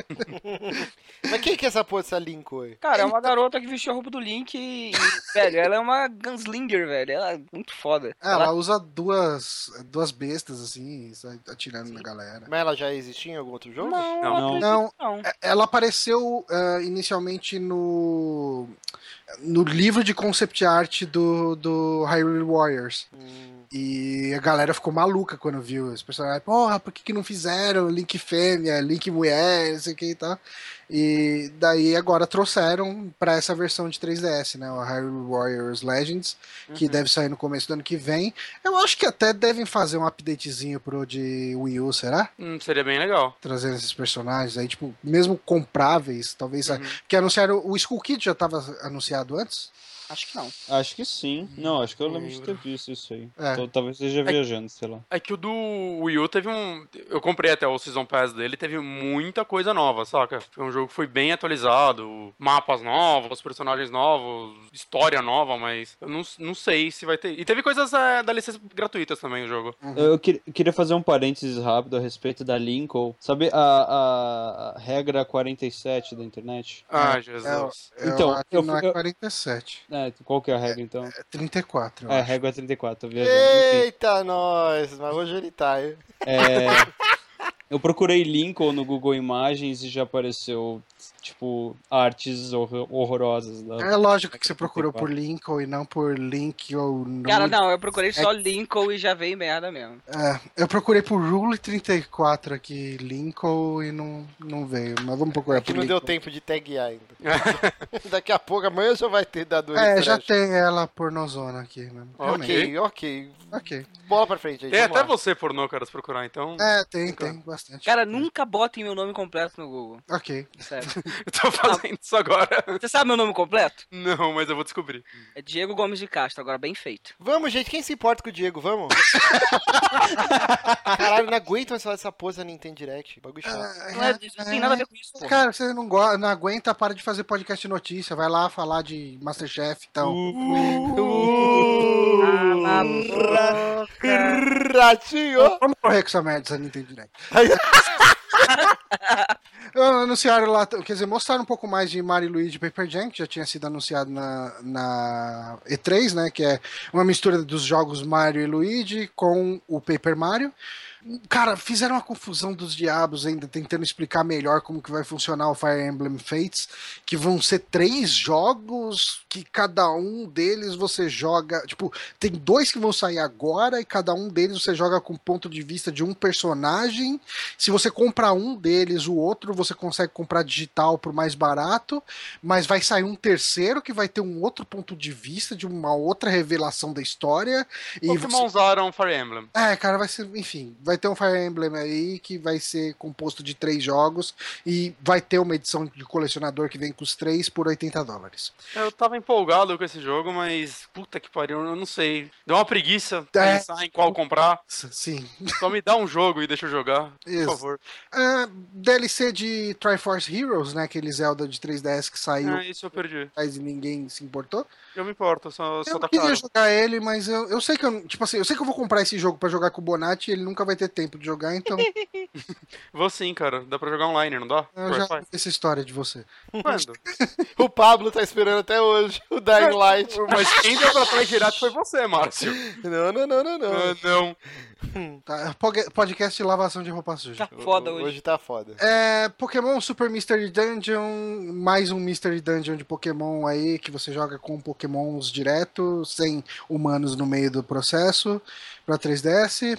Mas quem que é essa porra, essa Lincoln aí?
Cara, é uma garota que vestiu a roupa do Link e, e, velho, ela é uma gunslinger, velho. Ela é muito foda.
Ah, Ela usa duas, duas bestas, assim, sai atirando na galera.
Mas ela já existia em algum outro jogo?
Não,
Não.
não.
Não,
não.
é- ela apareceu ah, inicialmente no no livro de concept art do, do Hyrule Warriors.
Hum,
E a galera ficou maluca quando viu esse personagem. Porra, por que, que não fizeram Link fêmea, Link mulher, não sei o que e tal. E daí agora trouxeram pra essa versão de 3DS, né? O Hyrule Warriors Legends, que deve sair no começo do ano que vem. Eu acho que até devem fazer um updatezinho pro de Wii U, será?
Hum, seria bem legal.
Trazendo esses personagens aí, tipo,
Uhum.
mesmo compráveis, talvez. saia. Porque anunciaram, o Skull Kid já tava anunciado antes?
Acho que não.
Acho que
Uhum.
sim. Não, acho que eu lembro de ter visto isso aí.
É.
Tô- Talvez esteja viajando, sei lá.
É que o do Wii U teve um. Eu comprei até o Season Pass dele, teve muita coisa nova, saca? Foi um jogo que foi bem atualizado, mapas novos, personagens novos, história nova, mas eu não, não sei se vai ter. E teve coisas eh, da licença gratuitas também o jogo.
Eu que- queria fazer um parênteses rápido a respeito da Lincoln. Sabe a, a regra 47 da internet?
é,
Ah, Jesus.
Eu
Então,
acho que
eu
não
fui-
é
eu-
47.
É, qual que é a regra então?
É 34. eu
É, a
acho.
regra 34, tô viajando. Enfim,
Eita, nós! Mas hoje ele tá, hein?
é, eu procurei Lincoln no Google Imagens e já apareceu, tipo, artes horro- horrorosas da
É lógico que você procurou por Lincoln e não por Link ou não.
Cara, não, eu procurei só Lincoln e já veio merda mesmo.
É, eu procurei por Rule 34 aqui, Lincoln, e não, não veio. Mas vamos procurar
É Que
por
não deu
Lincoln.
tempo de taguear
<laughs>
ainda. Daqui a pouco, amanhã já vai ter dado
É,
extra,
já
acho.
tem ela pornozona aqui. Né? Realmente.
Ok, ok.
Ok.
Bola pra frente aí.
Tem
vamos lá.
até você pornô, cara, se procurar, então.
É, tem, tem, bastante.
Cara, nunca botem meu nome completo no Google.
Ok.
Sério.
<laughs> Eu tô fazendo isso agora.
Você sabe meu nome completo?
Não, mas eu vou descobrir.
É Diego Gomes de Castro, agora bem feito.
Vamos, gente, quem se importa com o Diego?
<laughs>
Vamos? Caralho, não aguento mais falar dessa pose na Nintendo Direct. Bagulho chato.
Não, é, não tem nada a ver com isso, pô.
Cara, você não, go- não aguenta, para de fazer podcast de notícia. Vai lá falar de Masterchef então. e tal.
Uh. Ratinho!
Vamos correr com essa merda, essa Nintendo Direct. <laughs> Ah, Anunciaram lá, quer dizer, mostraram um pouco mais de Mario e Luigi Paper Jam, que já tinha sido anunciado na, na E3, né? Que é uma mistura dos jogos Mario e Luigi com o Paper Mario. Cara, fizeram uma confusão dos diabos ainda, tentando explicar melhor como que vai funcionar o Fire Emblem Fates, que vão ser três jogos que cada um deles você joga, tipo, tem dois que vão sair agora e cada um deles você joga com o ponto de vista de um personagem. Se você comprar um deles, o outro você consegue comprar digital por mais barato, mas vai sair um terceiro que vai ter um outro ponto de vista, de uma outra revelação da história. E você-
Pokémon usaram Fire Emblem.
é, cara, vai ser, enfim, vai ter um Fire Emblem aí que vai ser composto de três jogos e vai ter uma edição de colecionador que vem com os três por 80 dólares.
Eu tava empolgado com esse jogo, mas puta que pariu, eu não sei. Deu uma preguiça
É.
pensar em qual comprar.
S- Sim.
Só me dá um jogo e deixa eu jogar, por
Isso.
favor.
Ah, DLC de Triforce Heroes, né? Aquele Zelda de 3DS que saiu
Ah, isso eu perdi.
atrás e ninguém se importou.
Eu me importo, só, só
Eu
tá
queria
caro.
jogar ele, mas eu, eu sei que eu, não- tipo assim, eu sei que eu vou comprar esse jogo pra jogar com o Bonatti, ele nunca vai ter tempo de jogar,
<laughs>
então
Vou sim, cara. Dá pra jogar online, não dá?
eu já <laughs> sei essa história de você.
Quando?
O Pablo tá esperando até hoje o Dying Light.
Mas quem deu pra trás direto foi
<laughs>
você, Márcio.
Não, não, não, não, não.
Ah, não.
Tá, Pogue- podcast de lavação de roupa suja.
Tá foda
O-
hoje.
Hoje tá foda.
É, Pokémon Super Mystery Dungeon, mais um Mystery Dungeon de Pokémon aí, que você joga com Pokémons direto, sem humanos no meio do processo, pra 3DS.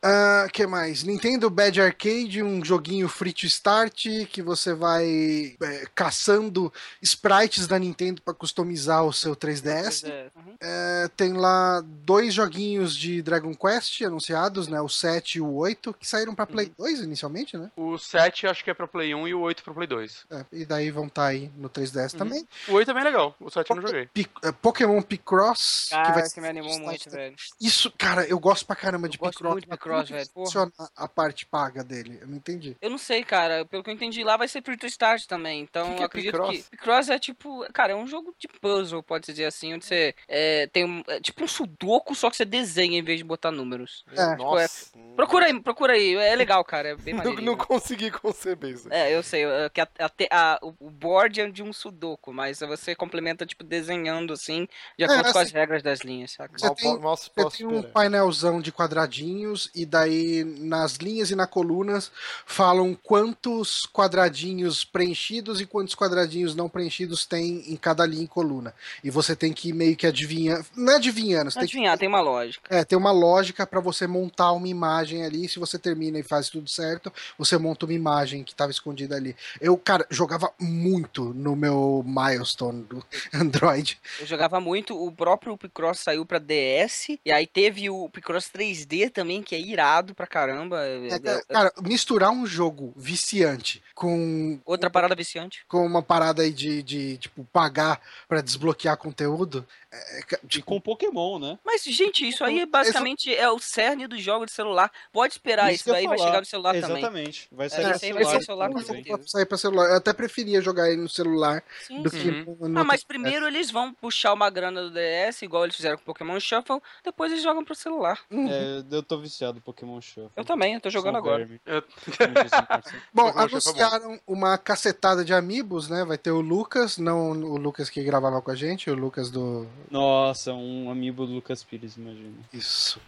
O Ah, que mais? Nintendo Bad Arcade, um joguinho free to start, que você vai é, caçando sprites da Nintendo pra customizar o seu 3DS.
É, uhum.
É, tem lá dois joguinhos de Dragon Quest anunciados, né? O 7 e o 8, que saíram pra Play 2 inicialmente, né?
O 7 acho que é pra Play 1 e o 8 pra Play 2.
É, e daí vão estar aí no 3DS
Uhum.
também.
O 8 é bem legal, o 7 eu não joguei.
Pi- eh, Pokémon Picross.
Cara, que,
vai ser-
me animou muito, velho.
Isso, cara, eu gosto pra caramba de
gosto
Picross.
muito de
mas
Picross,
como que
velho, porra.
Funciona a parte paga dele. Eu não entendi.
Eu não sei, cara. Pelo que eu entendi, lá vai ser Free to Start também. Então,
Que que é
eu acredito
Picross?
que. Picross é tipo. Cara, é um jogo de puzzle, pode se dizer assim, onde você é, tem um. É tipo um sudoku, só que você desenha em vez de botar números.
É,
Nossa.
Procura aí, procura aí. É legal, cara. É bem
Não,
maneiro.
não
né?
consegui conceber isso.
É, eu sei. é que a, a te- a- o o board é de um sudoku, mas você complementa, tipo, desenhando assim, de acordo com as
assim,
regras das linhas, saca?
você
mal,
tem-
po- mal se
Você
posso
tem um
esperar.
painelzão de quadradinhos e daí nas linhas e na colunas falam quantos quadradinhos preenchidos e quantos quadradinhos não preenchidos tem em cada linha e coluna. E você tem que meio que adivinhar, não é adivinhando, você tem que
Adivinhar, ah, tem uma lógica.
É, tem uma lógica pra você montar uma imagem ali. Se você termina e faz tudo certo, você monta uma imagem que tava escondida ali. Eu, cara, jogava muito no meu milestone do <laughs> Android.
Eu jogava muito, o próprio Picross saiu pra DS, e aí teve o Picross 3D também, que aí irado pra caramba. É-
É,
é-
ca- cara, misturar um jogo viciante com,
Outra parada viciante.
com uma parada aí de, de tipo, pagar pra desbloquear conteúdo. É, é, ca-
E
tipo,
com Pokémon, né?
Mas, gente, isso aí é basicamente é o cerne dos jogos de celular. Pode esperar,
Isso
isso,
que eu
daí
ia
vai
falar.
chegar no celular também.
Exatamente. Vai sair
É,
pra
sempre
celular.
vai ser celular, né? com
também.
certeza.
pra sair pra celular. Eu até preferia jogar ele no celular
Sim,
do
sim.
que no, no
Ah, mas primeiro eles vão puxar uma grana do DS, igual eles fizeram com o Pokémon Shuffle, depois eles jogam pro celular.
Uhum.
É, eu tô viciado em Pokémon Shuffle.
Eu também, eu tô jogando
Sou um
agora.
verme.
Eu-
Como diz o Marcelo.
Bom,
Pokémon Shuffle é bom.
anunciaram uma cacetada de amigos, né? Vai ter o Lucas, não o Lucas que gravava com a gente, o Lucas do.
Nossa, um amigo do Lucas
<laughs>
Pires, imagina.
Isso.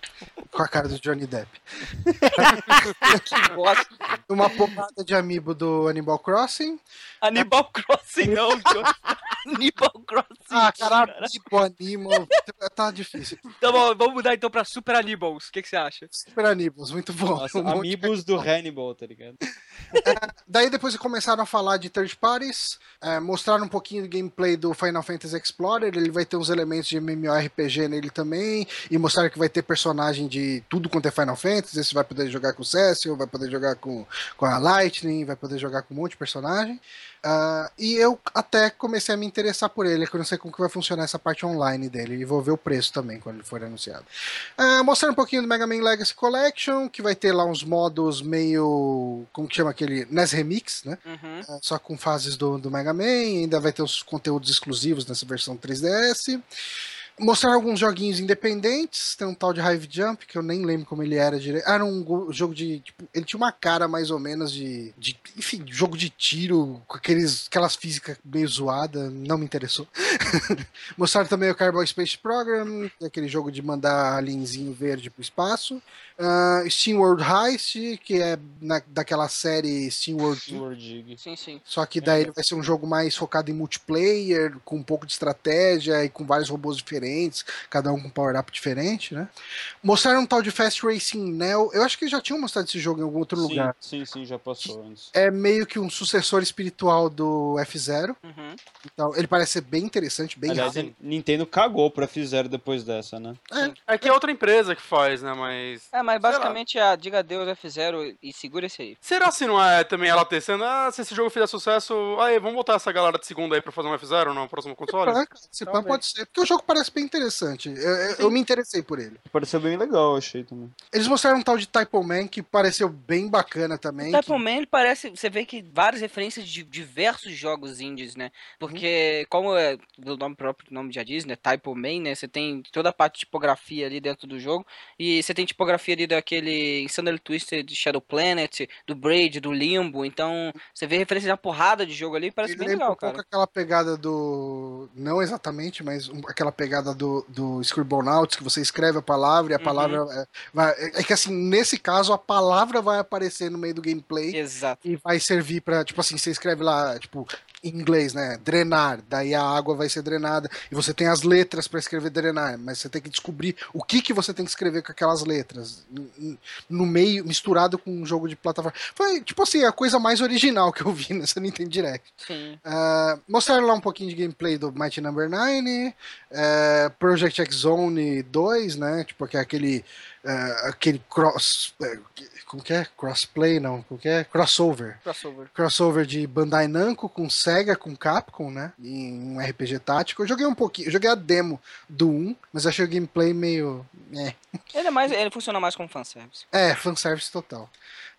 Com a cara do Johnny Depp.
Que bosta.
Uma porrada de amiibo do Animal Crossing.
Animal Crossing <laughs> não, Johnny. Animal Crossing.
Ah, caralho, tipo Animal. <laughs> Tá difícil.
Tá bom, vamos mudar então pra Super Animals. O que, que você acha?
Super Animals, muito bom.
Nossa,
Um monte-
amigos do Hannibal, tá ligado?
Daí depois começaram a falar de third parties, eh, mostraram um pouquinho do gameplay do Final Fantasy Explorer, ele vai ter uns elementos de MMORPG nele também, e mostraram que vai ter personagem de tudo quanto é Final Fantasy, você vai poder jogar com o Cecil, vai poder jogar com, com a Lightning, vai poder jogar com um monte de personagem. Ah, e eu até comecei a me interessar por ele, que eu não sei como que vai funcionar essa parte online dele, e vou ver o preço também quando ele for anunciado. Ah, mostrando um pouquinho do Mega Man Legacy Collection, que vai ter lá uns modos meio. Como que chama aquele? NES Remix, né?
Uhum.
Ah, Só com fases do, do Mega Man, ainda vai ter os conteúdos exclusivos nessa versão 3DS. Mostraram alguns joguinhos independentes, tem um tal de Hive Jump, que eu nem lembro como ele era direito. Era um go- jogo de. tipo, ele tinha uma cara mais ou menos de. de enfim, jogo de tiro, com aqueles, aquelas físicas meio zoada, não me interessou. <laughs> Mostraram também o Carbon Space Program, que é aquele jogo de mandar alienzinho verde pro espaço. Ah, Steam World Heist, que é na- daquela série Steam World
Sword Dig.
Sim, sim.
só que
É.
daí ele vai ser um jogo mais focado em multiplayer, com um pouco de estratégia e com vários robôs diferentes, cada um com um power-up diferente, né? Mostraram um tal de Fast Racing Neo. Eu acho que já tinham mostrado esse jogo em algum outro lugar.
Sim, sim, sim, já passou antes.
É meio que um sucessor espiritual do F0.
Uhum.
Então, ele parece ser bem interessante, bem
Aliás,
rápido.
a Nintendo cagou pra F-Zero depois dessa, né?
É que é outra empresa que faz, né? Mas.
É, mas
Sei lá.
basicamente a Diga Adeus F0 e segura esse aí.
Será se não é também ela testando? Ah, se esse jogo fizer sucesso, aí vamos botar essa galera de segunda aí pra fazer um F0 no próximo console?
Ah, cara, Esse pá
Talvez.
pode ser, porque o jogo parece bem interessante. Eu, eu- eu me interessei por ele.
Pareceu bem legal, eu achei também.
Eles mostraram um tal de Typo Man que pareceu bem bacana também.
Type
que-
Man ele parece. Você vê que várias referências de diversos jogos indies, né? Porque, como é do nome próprio, o nome já diz, né? Type Man, né? Você tem toda a parte de tipografia ali dentro do jogo. E você tem tipografia ali daquele Insanity Twister de Shadow Planet, do Braid, do Limbo. Então, você vê referências de uma porrada de jogo ali e parece
Ele
bem
lembra
legal,
um pouco
cara.
aquela pegada do. Não exatamente, mas um- aquela pegada do, do Scribblenauts, que você escreve a palavra e a
Uhum.
palavra. É, vai- é que assim, nesse caso, a palavra vai aparecer no meio do gameplay
Exato.
e vai servir pra. Tipo assim, você escreve lá, tipo, em inglês, né? Drenar. Daí a água vai ser drenada. E você tem as letras pra escrever drenar, mas você tem que descobrir o que, que você tem que escrever com aquelas letras. n- n- No meio, misturado com um jogo de plataforma. Foi, tipo assim, a coisa mais original que eu vi <laughs> nessa Nintendo Direct.
Sim.
Ah, mostraram lá um pouquinho de gameplay do Mighty Number 9, eh, Project X Zone 2, né? Tipo, que é aquele, eh, aquele cross. eh, como que é? Crossplay, não. Como que é? Crossover.
Crossover.
Crossover de Bandai Namco com Sega, com Capcom, né? Em um RPG tático. Eu joguei um pouquinho, eu joguei a demo do 1, mas achei o gameplay meio. eh.
Ele é mais. Ele funciona mais como fanservice.
É, fanservice total.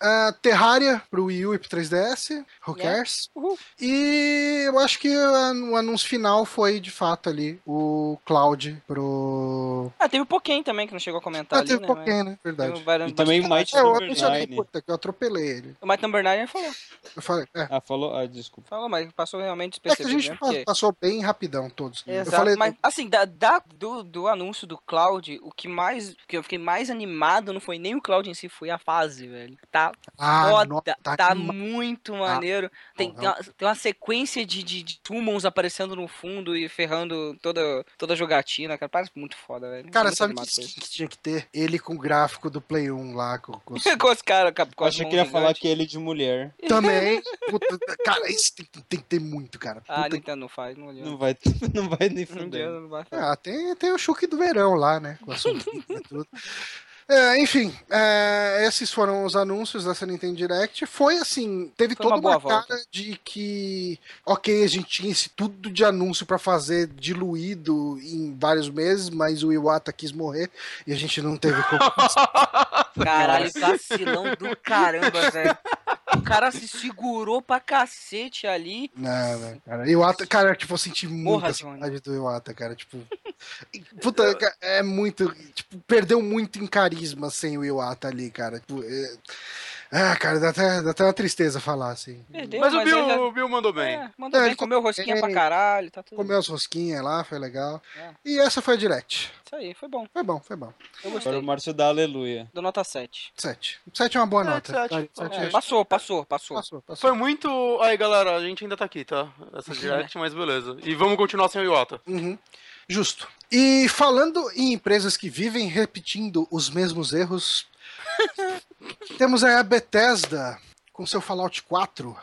Ah, Terraria pro Wii U e pro 3DS, who
Yeah.
cares?
Uhul.
E eu acho que ah, o anúncio final foi, de fato, ali, o Cloud pro...
Ah, teve o Pokémon também que não chegou a comentar
ah,
ali,
teve
né? mas-
Pokémon, né? Verdade.
teve várias-
E também o Might
É, eu
Number
mencionei,
9.
puta, que eu atropelei ele.
O Mike Number 9 falou.
Eu falei, é.
Ah, falou? Ah, desculpa.
Falou, mas passou realmente
É que a
despercebido.
gente
né? Porque-
passou bem rapidão todos. né?
Exato,
eu falei,
mas assim, da, da- do, do anúncio do Cloud, o que mais. que eu fiquei mais animado não foi nem o Cloud em si, foi a fase, velho. Tá
ah,
foda,
nossa,
tá,
tá,
muito maneiro. tem,
Não, é
tem, uma, tem uma sequência de, de, de Tummons aparecendo no fundo e ferrando toda, toda a jogatina, cara. Parece muito foda, velho.
Cara,
muito
sabe que
animado com isso.
skin que tinha que ter? Ele com o gráfico do Play 1 lá, com, com os-
<laughs> com os caras, com a- com
Eu
as
um
né?
achei que
mãos
ia falar
gigantes.
que ele de mulher
Também. Puta, cara, isso tem, que- tem que ter muito, cara.
Ah,
Puta
Nintendo não faz, não olhou.
não vai, <laughs> não vai nem
Não
fuder.
adianta, não vai fazer. <laughs>
Ah, tem, tem o Chuque do verão lá, né? Com a sunguinha e tudo. É, enfim, é, esses foram os anúncios dessa Nintendo Direct. Foi assim, teve
Foi
toda
uma boa
uma, cara
volta.
de que, ok, a gente tinha esse tudo de anúncio pra fazer diluído em vários meses, mas o Iwata quis morrer e a gente não teve como.
Caralho, vacilão do caramba, velho. O cara se segurou pra cacete ali.
Não, não, cara. Iwata, cara, tipo, eu senti muita
Porra, Johnny.
saudade do Iwata, cara. Tipo. <laughs> Puta, ca- é muito. Tipo, perdeu muito em carisma sem o Iwata ali, cara. Tipo, é- Ah, cara, dá até, dá até uma tristeza falar, assim.
Perdeu,
Mas o Bill,
ainda-
o Bill mandou bem.
É, mandou
É,
bem,
ele
comeu rosquinha pra
bem.
caralho, tá tudo
Comeu as rosquinhas lá, foi legal.
É.
E essa foi a direct.
Isso aí, foi bom.
Foi bom, foi bom.
Eu
Agora
gostei.
o Márcio dá aleluia.
Dou nota 7.
7. 7 é uma boa
É,
nota.
sete.
Sete,
É,
sete.
Passou, passou, passou.
Passou, passou.
Foi muito. Aí, galera, a gente ainda tá aqui, tá? Essa direct, mas beleza. E vamos continuar sem o Iwata.
Uhum. Justo. E falando em empresas que vivem repetindo os mesmos erros, temos aí a Bethesda com seu Fallout 4,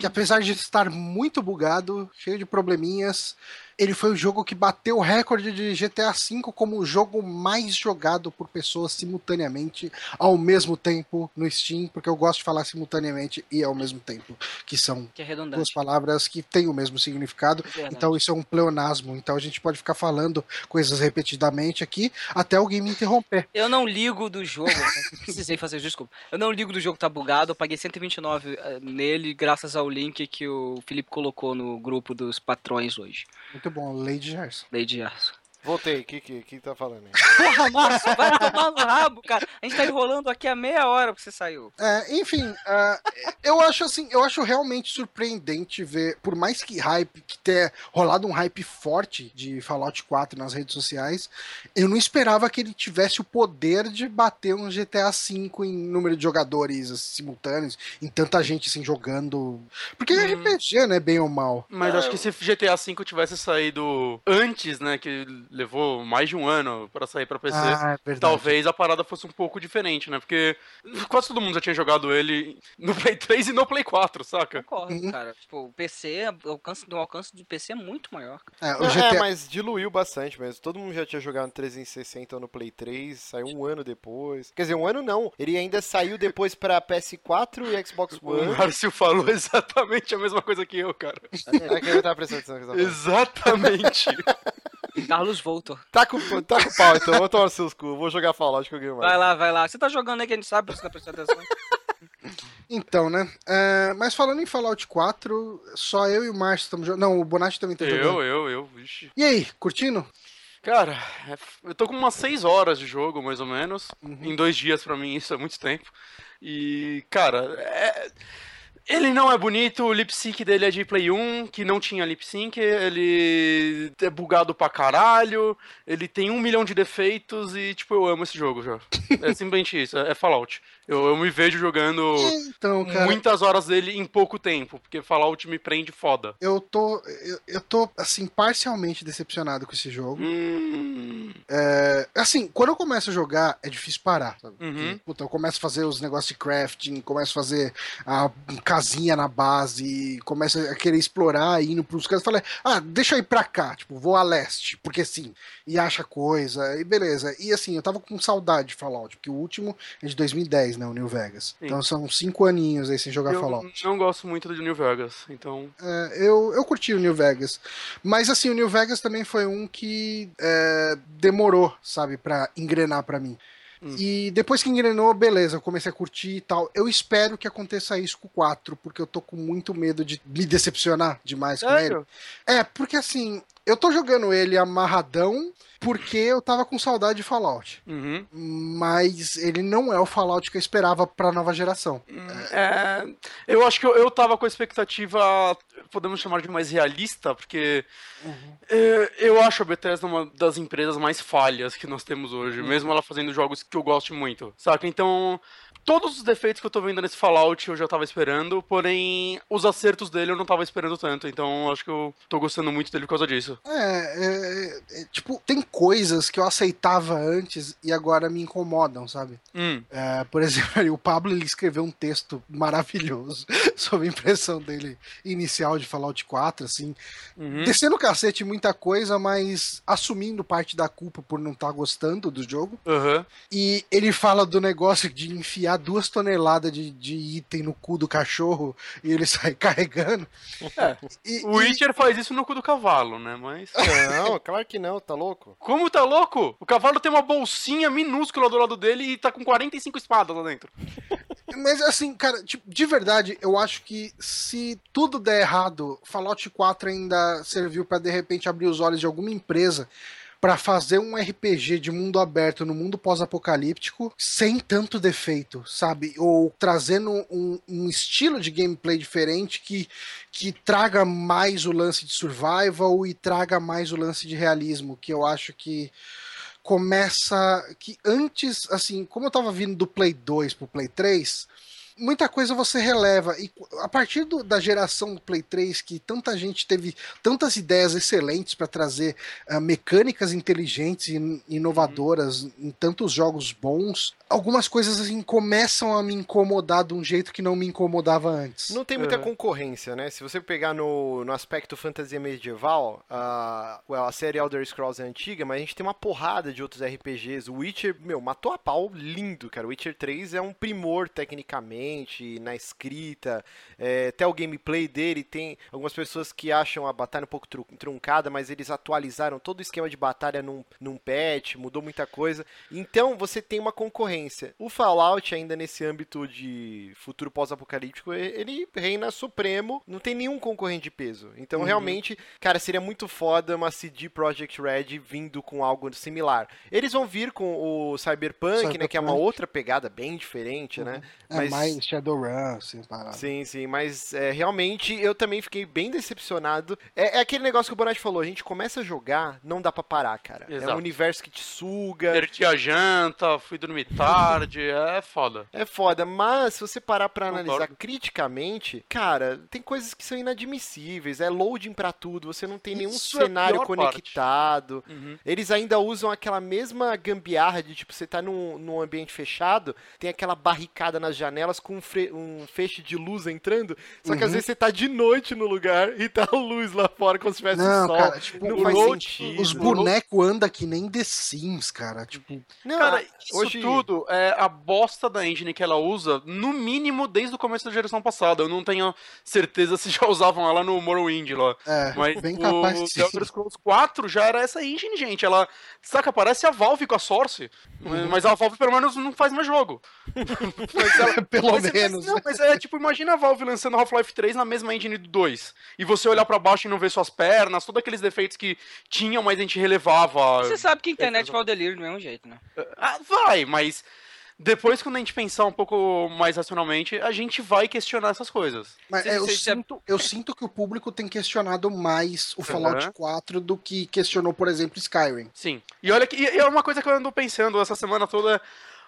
que apesar de estar muito bugado, cheio de probleminhas, ele foi o jogo que bateu o recorde de GTA V como o jogo mais jogado por pessoas simultaneamente ao mesmo tempo no Steam, porque eu gosto de falar simultaneamente e ao mesmo tempo, que são
Que é
duas
redundante.
palavras que têm o mesmo significado,
verdade.
então isso é um pleonasmo. Então a gente pode ficar falando coisas repetidamente aqui até alguém me interromper.
Eu não ligo do jogo. eu Precisei fazer, isso, desculpa. Eu não ligo do jogo tá bugado. Eu paguei 129 eh, nele, graças ao link que o Felipe colocou no grupo dos patrões hoje.
Muito bom, Lady Gerson.
Lady Arso.
Voltei, o que, que, que tá falando
<laughs>
aí?
<laughs> Porra, Márcio, vai tomar no rabo, cara. A gente tá enrolando aqui a meia hora que você saiu.
É, enfim, ah, eu acho assim, eu acho realmente surpreendente ver, por mais que hype, que ter rolado um hype forte de Fallout 4 nas redes sociais, eu não esperava que ele tivesse o poder de bater um GTA V em número de jogadores simultâneos, em tanta gente assim jogando. Porque é RPG, né? Bem ou mal.
Mas acho que se GTA V tivesse saído antes, né? Que levou mais de um ano pra sair pra PC.
Ah, é
Talvez a parada fosse um pouco diferente, né? Porque quase todo mundo já tinha jogado ele no Play 3 e no Play 4, saca?
Concordo,
Uhum.
cara. Tipo, o PC, o alcance, o alcance do PC é muito maior. cara.
É, o
Não,
GTA
É, mas diluiu bastante mesmo. Todo mundo já tinha jogado no 360 ou no Play 3, saiu um ano depois. Quer dizer, um ano não. Ele ainda saiu depois pra PS4 e <laughs> Xbox
O
One.
Márcio falou <laughs> exatamente a mesma coisa que eu, cara.
É que eu tava prestando atenção no que você tava falando.
Exatamente.
<laughs> Carlos Voltor.
Tá com, tá com pau, então. Vou tomar nos seus cu. Vou jogar Fallout que eu ganho mais.
Vai lá, vai lá. Você tá jogando aí que a gente sabe, você tá prestando <laughs> atenção.
Então, né? É, mas falando em Fallout 4, só eu e o Márcio estamos jogando. Não, o Bonatti também tá jogando.
eu, eu, eu, vixe.
E aí, curtindo?
Cara, é f- eu tô com umas 6 horas de jogo, mais ou menos.
Uhum.
Em dois dias, pra mim, isso é muito tempo. E, cara, é- ele não é bonito, o lip-sync dele é de Play 1, que não tinha lip-sync, ele é bugado pra caralho, ele tem um milhão de defeitos e, tipo, eu amo esse
<laughs>
jogo já. É simplesmente isso, é é Fallout. Eu, eu me vejo jogando
Então, cara,
muitas horas dele em pouco tempo, porque Fallout me prende foda.
eu tô. Eu, eu tô, assim, parcialmente decepcionado com esse jogo.
Hum...
É, assim, quando eu começo a jogar, é difícil parar. Sabe?
Uhum.
Porque, Puta, eu começo a fazer os negócios de crafting, começo a fazer a casinha na base, começo a querer explorar, indo pros cantos. Falei, ah, deixa eu ir pra cá, tipo, vou a leste, porque sim, e acha coisa, e beleza. E assim, eu tava com saudade de Fallout, porque o último é de 2010, né, o New Vegas.
Sim.
Então são cinco aninhos aí sem jogar
Eu
Fallout.
não gosto muito do New Vegas, então.
É, eu, eu curti o New Vegas. Mas assim, o New Vegas também foi um que é, demorou, sabe, pra engrenar pra mim.
Hum.
E depois que engrenou, beleza, eu comecei a curtir e tal. Eu espero que aconteça isso com o 4, porque eu tô com muito medo de me decepcionar demais com ele. É, porque assim, eu tô jogando ele amarradão porque eu tava com saudade de Fallout.
Uhum.
Mas ele não é o Fallout que eu esperava pra nova geração.
É, eu acho que eu, eu tava com a expectativa, podemos chamar de mais realista, porque é, eu acho a Bethesda uma das Uhum. empresas mais falhas que nós temos hoje, mesmo ela fazendo jogos que eu gosto muito, saca? Então, todos os defeitos que eu tô vendo nesse Fallout eu já tava esperando, porém os acertos dele eu não tava esperando tanto, então acho que eu tô gostando muito dele por causa disso.
É, é, é, tipo, tem coisas que eu aceitava antes e agora me incomodam, sabe?
Hum.
É, por <laughs> exemplo, o Pablo ele escreveu um texto maravilhoso <laughs> sobre a impressão dele inicial de Fallout 4, assim,
Uhum.
descendo o cacete em muita coisa, mas assumindo parte da culpa por não estar gostando do jogo.
Aham.
E ele fala do negócio de enfiar duas toneladas de, de item no cu do cachorro e ele <laughs> sai carregando. E-
O
e-
Witcher faz isso no cu do cavalo, né? Mas.
Não, claro que não, tá louco?
Como tá louco? O cavalo tem uma bolsinha minúscula do lado dele e tá com 45 espadas lá dentro.
Mas assim, cara, tipo, de verdade, eu acho que se tudo der errado, Fallout 4 ainda serviu pra de repente abrir os olhos de alguma empresa pra fazer um RPG de mundo aberto no mundo pós-apocalíptico sem tanto defeito, sabe? Ou trazendo um, um estilo de gameplay diferente que, que traga mais o lance de survival e traga mais o lance de realismo, que eu acho que começa que antes, assim, como eu tava vindo do Play 2 pro Play 3, muita coisa você releva e a partir do- da geração do Play 3 que tanta gente teve tantas ideias excelentes para trazer ah, mecânicas inteligentes e in- inovadoras em tantos jogos bons, algumas coisas assim começam a me incomodar de um jeito que não me incomodava antes.
Não tem muita
Uhum.
concorrência, né? Se você pegar no, no aspecto fantasia medieval, a well, a série Elder Scrolls é antiga, mas a gente tem uma porrada de outros RPGs. O Witcher, meu, matou a pau lindo, cara. O Witcher 3 é um primor tecnicamente, na escrita, é, até o gameplay dele. Tem algumas pessoas que acham a batalha um pouco tru- truncada, mas eles atualizaram todo o esquema de batalha num, num patch, mudou muita coisa. Então você tem uma concorrência. O Fallout, ainda nesse âmbito de futuro pós-apocalíptico, e- ele reina supremo, não tem nenhum concorrente de peso. Então, realmente, cara, seria muito foda uma CD Projekt Red vindo com algo similar. Eles vão vir com o Cyberpunk, né? Que é uma
Cyberpunk.
outra pegada bem diferente, né?
é mais Shadowrun, assim, parado.
Sim, sim, mas é, realmente eu também fiquei bem decepcionado. É, é aquele negócio que o Bonatti falou, a gente começa a jogar, não dá pra parar, cara. É um
Exato.
universo que te suga,
Perdi a janta, fui dormir tarde, é foda.
É foda, mas se você parar pra
Concordo.
analisar criticamente, cara, tem coisas que são inadmissíveis, é loading pra tudo, você não tem nenhum
Isso é a
cenário
pior
conectado.
Uhum.
Eles ainda usam aquela mesma gambiarra de tipo, você tá num, num ambiente fechado, tem aquela barricada nas janelas com um, fre- um feixe de luz entrando, só que às
Uhum.
vezes você tá de noite no lugar e tá a luz lá fora como se tivesse
Não,
sol.
cara, tipo,
não
o
faz
load-
sentido.
os bonecos andam que nem The Sims, cara. Tipo,
Não,
Cara, isso
Ah, hoje-
tudo é a bosta da engine que ela usa, no mínimo desde o começo da geração passada. Eu não tenho certeza <laughs> se já usavam ela no Morrowind lá.
é,
Mas
bem capaz
o
que sim.
The Elder Scrolls 4 já era essa engine, gente. Ela, saca, parece a Valve com a Source. Mas a Valve pelo menos não faz mais jogo. <laughs> mas
<laughs>
ela,
Pelo
mas, é-
menos. né?
Mas, não, mas é tipo, imagina a Valve lançando Half-Life 3 na mesma engine do 2. E você olhar pra baixo e não ver suas pernas, todos aqueles defeitos que tinham, mas a gente relevava.
Você sabe que a internet vai ao delírio do mesmo jeito, né?
Ah, vai, mas depois, quando a gente pensar um pouco mais racionalmente, a gente vai questionar essas coisas.
Mas
Você-
é, eu,
você- você-
sinto, eu sinto que o público tem questionado mais o Fallout
Aham.
4 do que questionou, por exemplo, Skyrim.
Sim. E olha que e é uma coisa que eu ando pensando essa semana toda.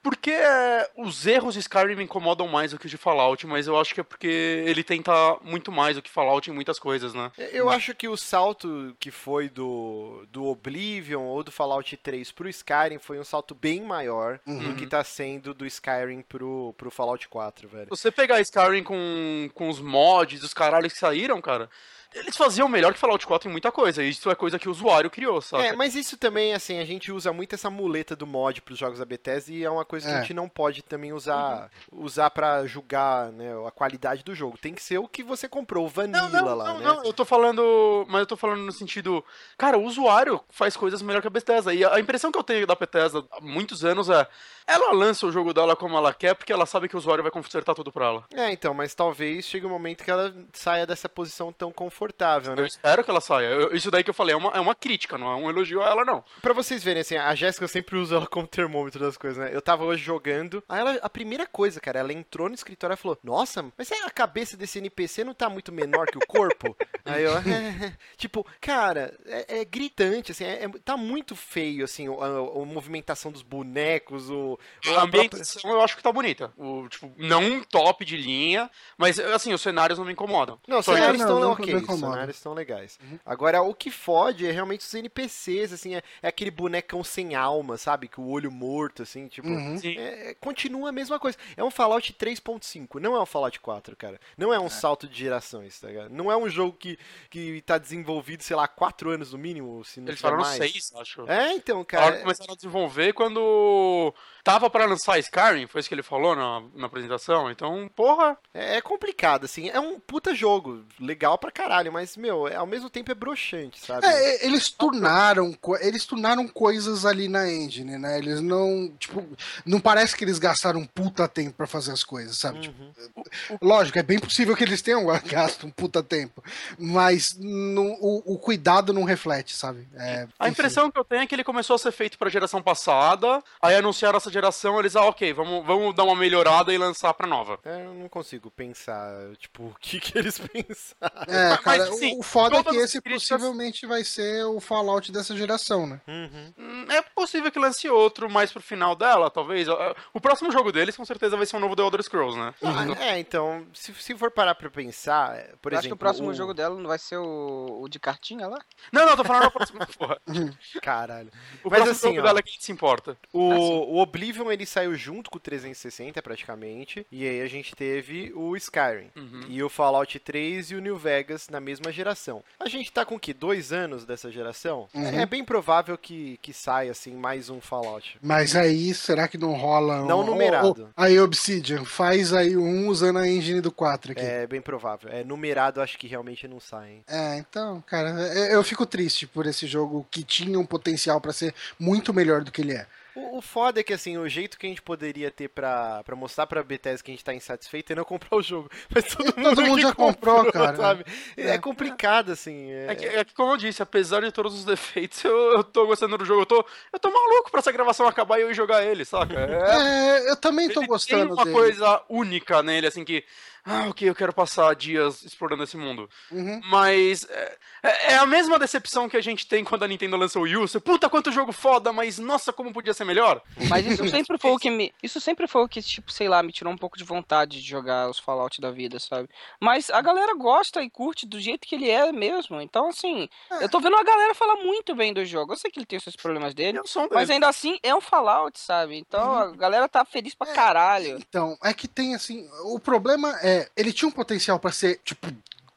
Por que eh, os erros de Skyrim me incomodam mais do que os de Fallout? Mas eu acho que é porque ele tenta muito mais do que Fallout em muitas coisas, né?
Eu acho que o salto que foi do, do Oblivion ou do Fallout 3 pro Skyrim foi um salto bem maior do
Uhum.
que tá sendo do Skyrim pro, pro Fallout 4, velho.
Se você pegar Skyrim com, com os mods, os caralhos que saíram, cara, eles faziam melhor que Fallout 4 em muita coisa. E isso é coisa que o usuário criou, sabe?
É, mas isso também, assim, a gente usa muito essa muleta do mod pros jogos da Bethesda e é uma coisa que a
É.
gente não pode também usar
Uhum.
usar para julgar né, a qualidade do jogo. Tem que ser o que você comprou, o Vanilla
Não, não,
lá,
não,
né?
não, eu tô falando. Mas eu tô falando no sentido. Cara, o usuário faz coisas melhor que a Bethesda. E a a impressão que eu tenho da Bethesda há muitos anos é. Ela lança o jogo dela como ela quer, porque ela sabe que o usuário vai consertar tudo pra ela.
É, então, mas talvez chegue um momento que ela saia dessa posição tão confortável, né?
Eu espero que ela saia. Eu- isso daí que eu falei é uma, é uma crítica, não é um elogio a ela, não.
Pra vocês verem, assim, a Jéssica eu sempre uso ela como termômetro das coisas, né? Eu tava hoje jogando. Aí ela, a primeira coisa, cara, ela entrou no escritório e falou: Nossa, mas a cabeça desse NPC não tá muito menor que o corpo? Aí eu, <laughs> tipo, cara, é, é gritante, assim, é- é- tá muito feio, assim, o- a, a movimentação dos bonecos, o. o-
A
a própria-
ambientação eu acho que tá bonita. O, tipo, não top de linha, mas assim, os cenários não me incomodam.
Não, os
Só isso.
cenários
não,
estão
não
ok,
me
os
incomoda.
cenários estão legais. Agora, o que fode é realmente os NPCs, assim, é, é aquele bonecão sem alma, sabe? Com o olho morto, assim, tipo...
Uhum.
Sim.
é- é- continua a mesma coisa. É um Fallout 3.5, não é um Fallout 4, cara. Não é um salto de gerações, tá ligado? Não é um jogo que, que tá desenvolvido, sei lá, 4 anos no mínimo, se não
Eles
tiver
falaram
mais.
seis, acho.
É, então,
A hora
cara...
que começaram a desenvolver quando tava pra lançar Skyrim, foi isso que ele falou na, na apresentação. Então, porra,
É é complicado, assim. É um puta jogo. Legal pra caralho, mas, meu, é- ao mesmo tempo é broxante, sabe?
É, e- eles tunaram, co- eles tunaram coisas ali na engine, né? Eles não, tipo, não parece que eles gastaram um puta tempo pra fazer as coisas, sabe? Tipo,
Uhum.
lógico, é bem possível que eles tenham <laughs> gasto um puta tempo, mas não- o, o cuidado não reflete, sabe? É,
a
enfim.
impressão que eu tenho é que ele começou a ser feito pra geração passada, aí anunciaram essa geração, eles, ah, ok, vamos, vamos dar uma melhorada e lançar pra nova.
É, eu não consigo pensar, tipo, o que que eles <laughs> pensaram.
É,
<laughs> Mas,
cara,
assim,
o, o foda é
todas
que
as
esse
críticas-
possivelmente vai ser o Fallout dessa geração, né?
Uhum.
Hum, É possível que lance outro mais pro final dela, talvez. Ah, O próximo jogo deles, com certeza, vai ser um novo The Elder Scrolls, né?
Ah, É, então, se, se for parar pra pensar, é, por exemplo...
Eu acho que o próximo jogo dela não vai ser o, o de cartinha lá?
Não, não, tô falando o próximo. <laughs> Porra.
Caralho.
O
Mas
próximo
assim,
jogo
ó.
dela é quem se importa.
O,
Ah, sim.
o Oblivion, ele saiu junto com o 360, praticamente, e aí a gente teve o Skyrim.
Uhum.
E o Fallout 3 e o New Vegas na mesma geração. A gente tá com o quê? Dois anos dessa geração?
Uhum.
É bem provável que, que saia, assim, mais um Fallout.
Mas aí, será que não rola um...
Não
Ô,
numerado.
ô, aí, Obsidian, faz aí um usando a engine do 4 aqui. É,
É bem provável. É numerado, acho que realmente não sai, hein?
então, cara, é- eu fico triste por esse jogo que tinha um potencial pra ser muito melhor do que ele é.
O, o foda é que, assim, o jeito que a gente poderia ter pra, pra mostrar pra Bethesda que a gente tá insatisfeito é não comprar o jogo. <laughs> Mas todo mundo,
mundo
que
já comprou, cara.
Sabe? É.
É.
complicado, assim. É,
É que, é que, como eu disse, apesar de todos os defeitos, eu, eu tô gostando do jogo. Eu tô, eu tô maluco pra essa gravação acabar e eu ir jogar ele, saca? É,
É, <laughs> eu também tô
ele
gostando
tem uma
dele.
coisa única nele, assim, que... Ah, ok, eu quero passar dias explorando esse mundo.
Uhum.
Mas é, é- é a mesma decepção que a gente tem quando a Nintendo lança o Wii U. Você, puta, quanto jogo foda, mas nossa, como podia ser melhor.
Mas
<laughs>
isso sempre foi o que me. Isso sempre foi o que, tipo, sei lá, me tirou um pouco de vontade de jogar os Fallout da vida, sabe? Mas a galera gosta e curte do jeito que ele é mesmo. Então, assim,
Ah.
eu tô vendo a galera falar muito bem do jogo. Eu sei que ele tem os seus problemas dele.
É o som
Mas
dele.
ainda assim é um Fallout, sabe?
Uhum.
Então a galera tá feliz
É,
pra caralho.
Então, é que tem assim, o problema é, ele tinha um potencial pra ser, tipo,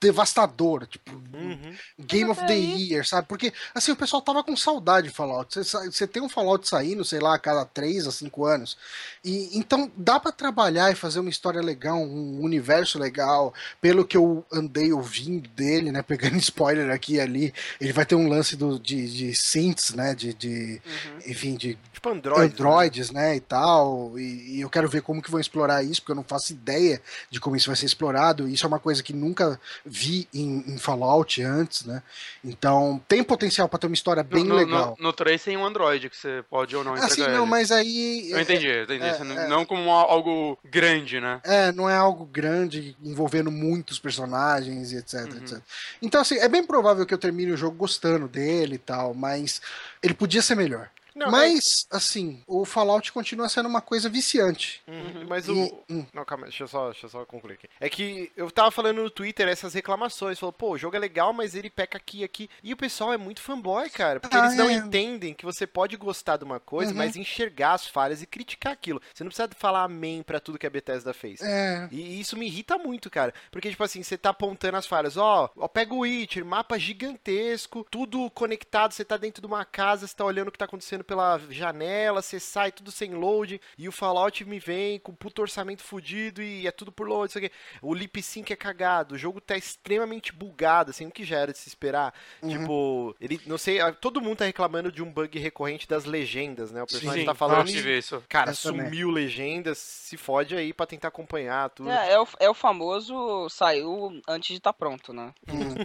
devastador, tipo,
Uhum.
Game
Hum. Mas
of the
aí-
Year, sabe? Porque, assim, o pessoal tava com saudade de Fallout. Você sa- Você tem um Fallout saindo, sei lá, a cada 3 a 5 anos. E, então, dá pra trabalhar e fazer uma história legal, um universo legal. Pelo que eu andei ouvindo dele, né? Pegando <laughs> spoiler aqui e ali. Ele vai ter um lance do, de, de synths, né? De, de-
Uhum.
enfim, de
Tipo Android.
androids, né? E tal. E, e eu quero ver como que vão explorar isso, porque eu não faço ideia de como isso vai ser explorado. Isso é uma coisa que nunca vi em, em Fallout antes, né? Então tem potencial para ter uma história bem
é, no, no-
legal.
No, no 3 tem um Android que você pode ou não entregar
assim, não,
ele.
mas aí.
Eu entendi, eu entendi.
é,
Você não- Não como a- algo grande, né?
É, não é algo grande envolvendo muitos personagens e etc,
Uhum.
etc. Então, assim, é bem provável que eu termine o jogo gostando dele e tal, mas ele podia ser melhor.
Não, é
mas, assim, o Fallout continua sendo uma coisa viciante.
é- Uhum. Mas o.
E- hum.
Não, calma, deixa eu, só, deixa eu só concluir aqui. É que eu tava falando no Twitter essas reclamações. Falou, pô, o jogo é legal, mas ele peca aqui e aqui. E o pessoal é muito fanboy, cara. Porque
Ah,
eles não
é.
entendem que você pode gostar de uma coisa,
Uhum.
mas enxergar as falhas e criticar aquilo. Você não precisa falar amém pra tudo que a Bethesda fez.
é,
E isso me irrita muito, cara. Porque, tipo assim, você tá apontando as falhas. Ó, ó, pega o Witcher, mapa gigantesco, tudo conectado. Você tá dentro de uma casa, você tá olhando o que tá acontecendo pela janela, você sai tudo sem load. E o Fallout me vem com puto orçamento fudido e é tudo por load, isso aqui. O lip sync é cagado, o jogo tá extremamente bugado, assim, o que já era de se esperar.
Uhum.
Tipo, ele, não sei, ah, todo mundo tá reclamando de um bug recorrente das legendas, né? O personagem
Sim,
tá falando.
eu
e,
tive isso.
Cara,
Essa merda.
sumiu legendas, se fode aí pra tentar acompanhar tudo.
É, é o, é o famoso saiu antes de estar pronto, né?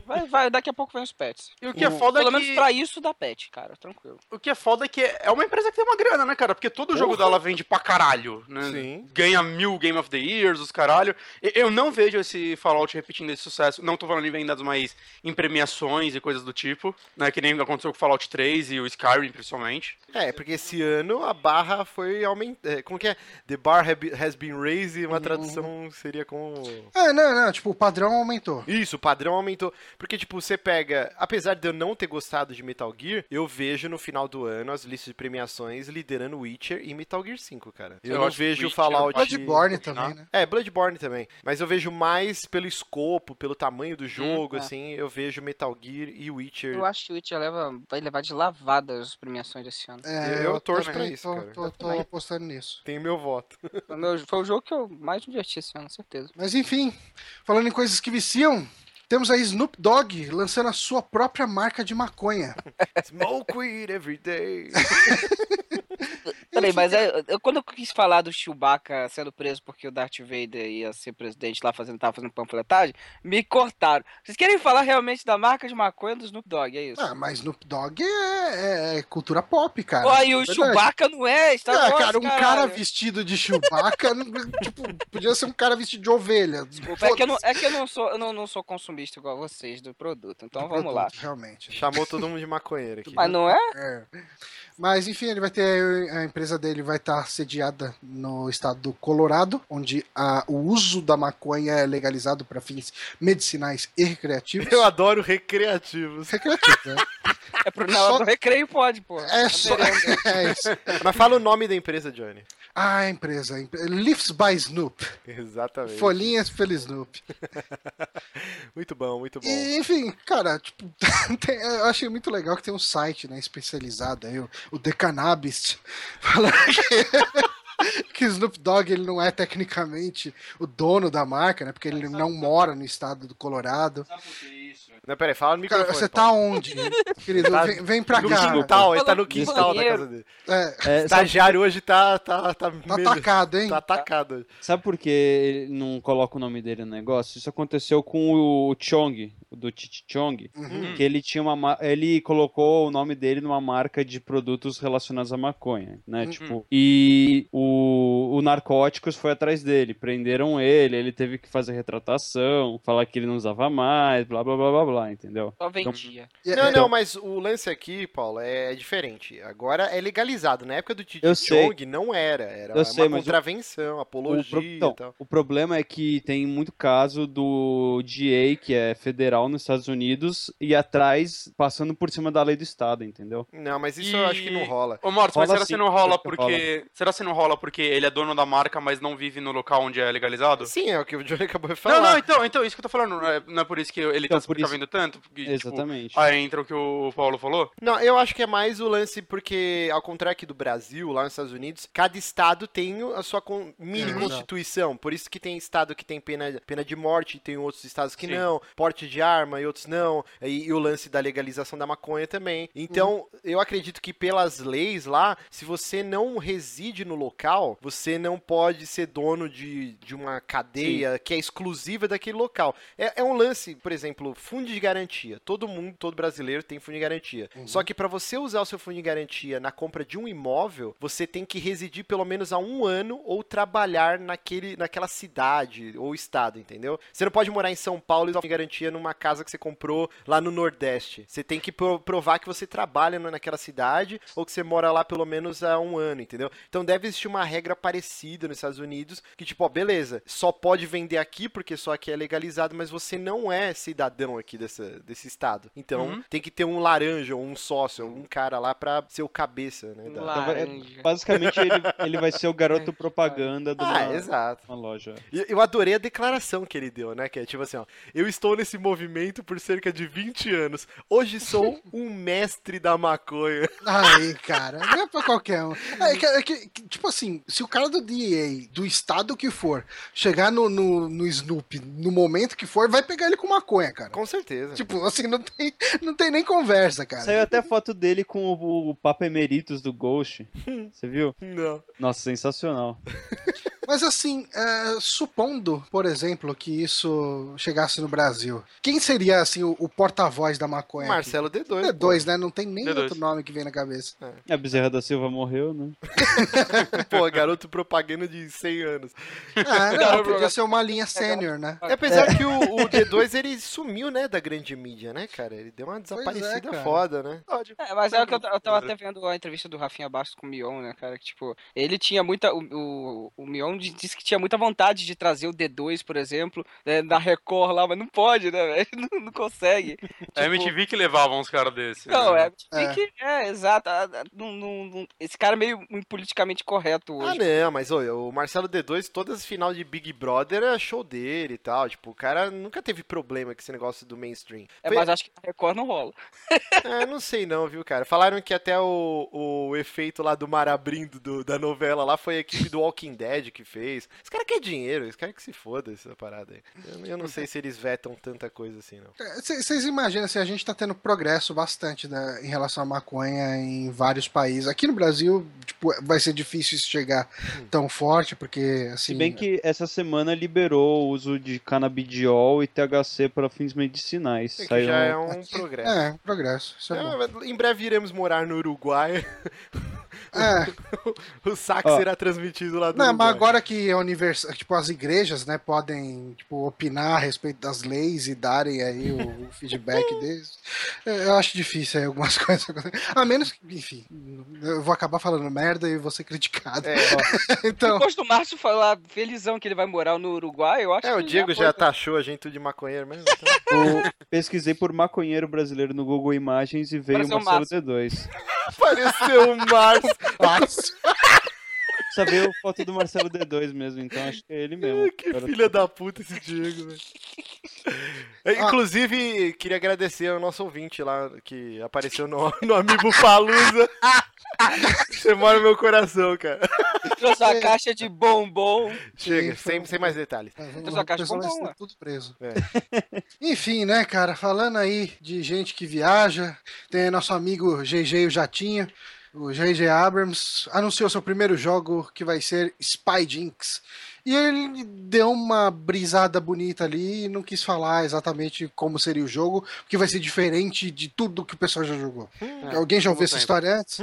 Vai, vai, daqui a pouco vem os pets.
É. E o que é
O-
foda é
Pelo
que...
menos pra isso dá pet, cara, tranquilo.
O que é foda é que é uma empresa que tem uma grana, né, cara? Porque todo jogo dela vende pra caralho, né?
Sim.
Ganha mil Game of the Years, os caralho. E- Eu não vejo esse Fallout repetindo esse sucesso. Não tô falando em vendas, mas em premiações e coisas do tipo, né? Que nem aconteceu com o Fallout 3 e o Skyrim, principalmente.
É, porque esse ano a barra foi aumentada. Como que é? The bar ha- has been raised, e uma tradução seria como.
É, não, não, tipo, o padrão aumentou.
Isso, o padrão aumentou. Porque, tipo, você pega. Apesar de eu não ter gostado de Metal Gear, eu vejo no final do ano as listas de premiações liderando Witcher e Metal Gear 5, cara. Eu,
Eu
não
acho que
vejo o
Witcher
Fallout.
pode-
Bloodborne
combinar.
também, né?
É, Bloodborne também. Mas eu vejo mais pelo escopo, pelo tamanho do jogo,
é.
assim. Eu vejo Metal Gear e Witcher.
Eu acho que o Witcher leva, vai levar de lavada as premiações desse ano.
É,
Eu torço
também
pra isso,
tô,
cara.
Tô, tô
também.
apostando nisso.
Tem meu voto.
Foi, o meu- foi o jogo que eu mais me diverti esse ano, certeza.
Mas enfim, falando em coisas que viciam, temos aí Snoop Dogg lançando a sua própria marca de
<laughs>
maconha.
Smoke weed every day.
Peraí, mas é, eu- quando eu quis falar do Chewbacca sendo preso porque o Darth Vader ia ser presidente lá, fazendo, tava fazendo panfletagem, me cortaram. Vocês querem falar realmente da marca de maconha do Snoop Dogg, é isso?
Ah, mas Snoop Dogg é, é- é cultura pop, cara. é
Olha, e o
Verdade.
Chewbacca não é, está
Ah, cara, um cara vestido de Chewbacca, <laughs> não- tipo, podia ser um cara vestido de ovelha.
É que eu, não, é que eu não sou, eu não, não sou consumista igual vocês do produto, então vamos lá.
Realmente.
Chamou todo mundo de maconheiro aqui.
Mas não é?
É. Mas enfim, ele vai ter a empresa dele vai estar sediada no estado do Colorado, onde a- o uso da maconha é legalizado para fins medicinais e recreativos.
Eu adoro recreativos.
Recreativos, né?
É pro não,
Só-
do recreio pode, pô. Tá
É só <laughs> é isso.
Mas fala o nome da empresa, Johnny.
Ah, a empresa, a empre- Leafs by Snoop,
Exatamente.
folhinhas pelo Snoop.
Muito bom, muito bom.
E, enfim, cara, tipo, <laughs> tem- eu achei muito legal que tem um site, né, especializado aí, o, o The <laughs> Cannabis, falando que, <laughs> que Snoop Dogg ele não é tecnicamente o dono da marca, né, porque ele não mora no estado do Colorado.
Sabe por que isso?
Não, peraí, fala no microfone.
Cara, você tá
Paulo.
onde, querido?
Tá
Vem, vem pra
no
cá.
quintal, ele tá no
Falando
quintal da
banheiro.
casa dele.
É,
É,
O
sabe,
estagiário hoje tá. Tá,
tá
tá, medo-
atacado, hein?
tá atacado.
sabe por que ele não coloca o nome dele no negócio? Isso aconteceu com o Chong, do Chichi Chong,
Hum.
Uhum.
que ele tinha uma ma- ele colocou o nome dele numa marca de produtos relacionados à maconha, né?
Uhum.
Tipo, e o, o narcóticos foi atrás dele, prenderam ele, ele teve que fazer retratação, falar que ele não usava mais, blá blá blá blá blá, entendeu?
Só vendia.
E-
Não,
é,
não, mas o lance aqui, Paulo, é diferente. Agora é legalizado. Na época do Titi
Eu sei.
Chong não era. Era
Eu
uma
sei, mas o-
contravenção,
O,
apologia
pro- então,
e tal.
o problema é que tem muito caso do DA, que é federal nos Estados Unidos, e atrás, passando por cima da lei do Estado, entendeu?
Não, mas isso eu acho que não
E-
rola.
Ô, Mortos, mas
Rola
será que
sim,
não rola
acho que
porque. Será que não rola porque ele é dono da marca, mas não vive no local onde é legalizado?
Sim, é o que o Johnny acabou de falar.
Não, não, então, então, isso que eu tô falando. Não é, não é por isso que ele
Então,
tá
por
se
isso-
vendo tanto? Porque, tipo,
Exatamente.
Aí entra o que o
<laughs>
Paulo falou.
Não, eu acho que é mais o lance porque, ao contrário aqui do Brasil, lá nos Estados Unidos, cada estado tem a sua con- mini
Exato.
constituição. Por isso que tem estado que tem pena, pena de morte, e tem outros estados que
Sim.
não, porte de arma e outros não, e, e o lance da legalização da maconha também. Então, eu acredito que pelas leis lá, se você não reside no local, você não pode ser dono de, de uma cadeia que é exclusiva daquele local. É, é um lance, por exemplo, fundo de garantia. Todo mundo, todo brasileiro tem fundo de garantia.
Uhum.
Só que para você usar o seu fundo de garantia na compra de um imóvel, você tem que residir pelo menos há um ano ou trabalhar naquele, naquela cidade ou estado, entendeu? Você não pode morar em São Paulo e usar fundo de garantia numa casa que você comprou lá no Nordeste. Você tem que pro- provar que você trabalha na- naquela cidade ou que você mora lá pelo menos há um ano, entendeu? Então deve existir uma regra parecida nos Estados Unidos que, tipo, ó, beleza, só pode vender aqui porque só aqui é legalizado, mas você não é cidadão aqui dessa, desse estado. Então
Uhum.
tem que ter um laranja ou um sócio, um cara lá pra ser o cabeça, né? da-
Laranja.
Basicamente, ele, ele vai ser o garoto propaganda de
Ah,
uma,
exato.
uma loja.
E Eu adorei a declaração que ele deu, né? Que é tipo assim, ó. Eu estou nesse movimento por cerca de 20 anos. Hoje sou um mestre da maconha.
Aí, cara, não é pra qualquer um. É que, é que- que, tipo assim, se o cara do DEA, do estado que for, chegar no, no, no Snoop no momento que for, vai pegar ele com maconha, cara.
Com certeza.
Tipo, assim, não tem, não tem nem conversa, cara.
Saiu até foto dele com
<laughs>
o, o Papa Emeritus do Ghost. Você viu?
Não.
Nossa, sensacional.
Mas assim, é, supondo, por exemplo, que isso chegasse no Brasil, quem seria assim o, o porta-voz da maconha? aqui?
Marcelo D2.
É dois, né? Não tem nem
D2.
outro nome que vem na cabeça.
A Bezerra da Silva morreu, né?
né, Pô, garoto propaganda de 100 anos.
Ah,
Não,
não, podia
Bruno.
ser uma linha sênior, né?
É,
E apesar que o, o D2 ele sumiu, né, da grande mídia, né, cara? Ele deu uma desaparecida
é, cara.
foda, né?
Verdade.
É, mas é o que eu, ta- eu tava
Cara.
até vendo a entrevista do Rafinha Bastos com o Mion, né, cara? Que, tipo, ele tinha muita. O, o, o Mion di- disse que tinha muita vontade de trazer o D2, por exemplo, né, na Record lá, mas não pode, né, velho? <laughs> Não, não consegue.
É a MTV que levava uns caras desses.
Não,
né?
é. É, que, é exato. a- a- não- não- não- esse cara é meio politicamente correto
Ah,
hoje.
não, mas ô, o Marcelo D2, todas as final de Big Brother é show dele e tal. Tipo, o cara nunca teve problema com esse negócio do mainstream. Ah,
é,
Foi-
mas acho que na Record não rola.
É, não sei não, viu, cara? Falaram que até o, o efeito lá do mar abrindo do- da novela lá foi a equipe do Walking Dead que fez. Os caras querem dinheiro, os caras que se foda essa parada aí. Eu, eu não sei se eles vetam tanta coisa assim, não.
Vocês imaginam, assim, a gente tá tendo progresso bastante né, em relação à maconha em vários países. Aqui no Brasil, tipo, vai ser difícil isso chegar tão forte, porque, assim...
Hum. Se bem que essa semana liberou o uso de canabidiol e THC para fins medicinais.
É que
Saiu
já
um-
é um progresso.
É, progresso. Isso é, bom.
É, em breve iremos morar no Uruguai. <laughs>
É,
O sax
Ó.
será transmitido lá do
Não, mas
Uruguai.
agora que a univers... tipo, as igrejas, né, podem tipo, opinar a respeito das leis e darem aí
<laughs>
o, o feedback deles, é, eu acho difícil aí algumas <laughs> coisas acontecerem. A menos que, enfim, eu vou acabar falando merda e vou ser criticado.
É,
<laughs> Então,
Depois do Márcio falar felizão que ele vai morar no Uruguai, eu acho
É, o
que
Diego já
foi.
taxou a gente tudo de maconheiro mesmo. então.
<laughs> O- pesquisei por maconheiro brasileiro no Google Imagens e veio o
é um
Apareceu o
Marcelo D2.
Apareceu o
<laughs>
Márcio.
Só veio foto do Marcelo D2 mesmo, então acho que é ele mesmo.
Ai, <laughs> que
Agora-
filha da puta esse
<laughs>
Diego, velho. É,
Ah.
Inclusive, queria agradecer ao nosso ouvinte lá que apareceu no, <laughs> no Amigo
<laughs>
Palusa. Você mora no meu coração, cara.
Trouxe a caixa de
<laughs>
bombom.
Chega,
Sim, foi
sem,
um-
sem mais detalhes.
é, vamos
Essa
lá, o
caixa
pessoal vai
bombom,
ser
ué.
tudo preso.
É.
Enfim, né, cara, falando aí de gente que viaja, tem aí nosso amigo GG o Jatinho, o GG Abrams, anunciou seu primeiro jogo que vai ser Spy Jinx. E ele deu uma brisada bonita ali e não quis falar exatamente como seria o jogo, porque vai ser diferente de tudo que o pessoal já jogou. Alguém já ouviu
como
essa
sempre.
história antes?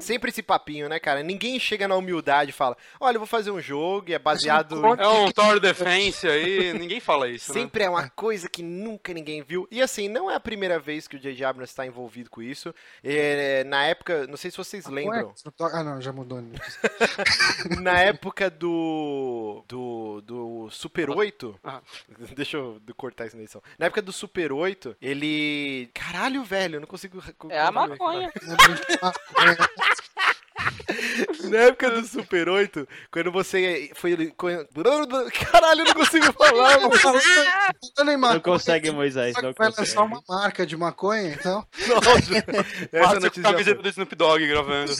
Sempre esse papinho, né, cara? Ninguém chega na humildade e fala: Olha, eu vou fazer um jogo e é baseado em
É um Tower Defense aí, ninguém fala isso, né?
Sempre é uma coisa que nunca ninguém viu. E assim, não é a primeira vez que o J.J. Abrams está envolvido com isso. É, na época, não sei se vocês lembram,
Ué, Ah, não, já mudou. né?
na época do, do, do Super 8.
Ah.
<laughs> Deixa eu cortar isso na edição. Na época do Super 8, ele. Caralho, velho, eu não consigo.
É a maconha.
Na época do Super 8, quando você foi. <laughs> Caralho, eu não consigo falar, mano.
Falando em
Não
maconha,
consegue, Moisés, não
Vai lançar é uma
consegue.
marca de maconha, então.
Nossa, essa
Márcio com
notícia
a
foi-
camiseta do Snoop Dogg gravando.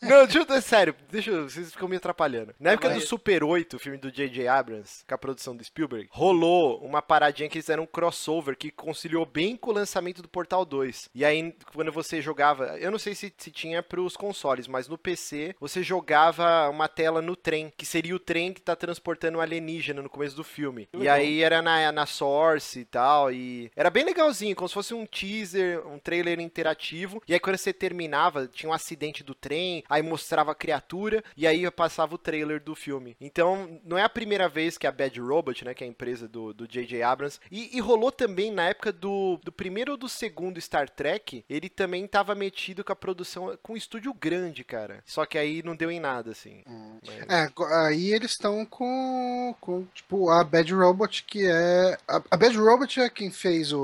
Não, deixa eu, é sério, deixa eu, vocês ficam me atrapalhando. Na época
Vai.
do Super 8, o filme do J.J. Abrams, com a produção do Spielberg, rolou uma paradinha que eles fizeram um crossover que conciliou bem com o lançamento do Portal 2. E aí, quando você jogava, eu não sei se, se tinha pros consoles, mas no PC, você jogava uma tela no trem, que seria o trem que tá transportando um alienígena no começo do filme. E
legal.
aí era na, na Source e tal, e era bem legalzinho, como se fosse um teaser, um trailer interativo. E aí quando você terminava, tinha um acidente do trem, aí mostrava a criatura, e aí passava o trailer do filme. Então, não é a primeira vez que a Bad Robot, né, que é a empresa do do J.J. Abrams, e, e rolou também na época do, do primeiro ou do segundo Star Trek, ele também tava metido com a produção, com um estúdio grande, cara. Só que aí não deu em nada, assim. Mas-
É, go- aí eles estão com, com, tipo, a Bad Robot, que é. A, a Bad Robot é quem fez o.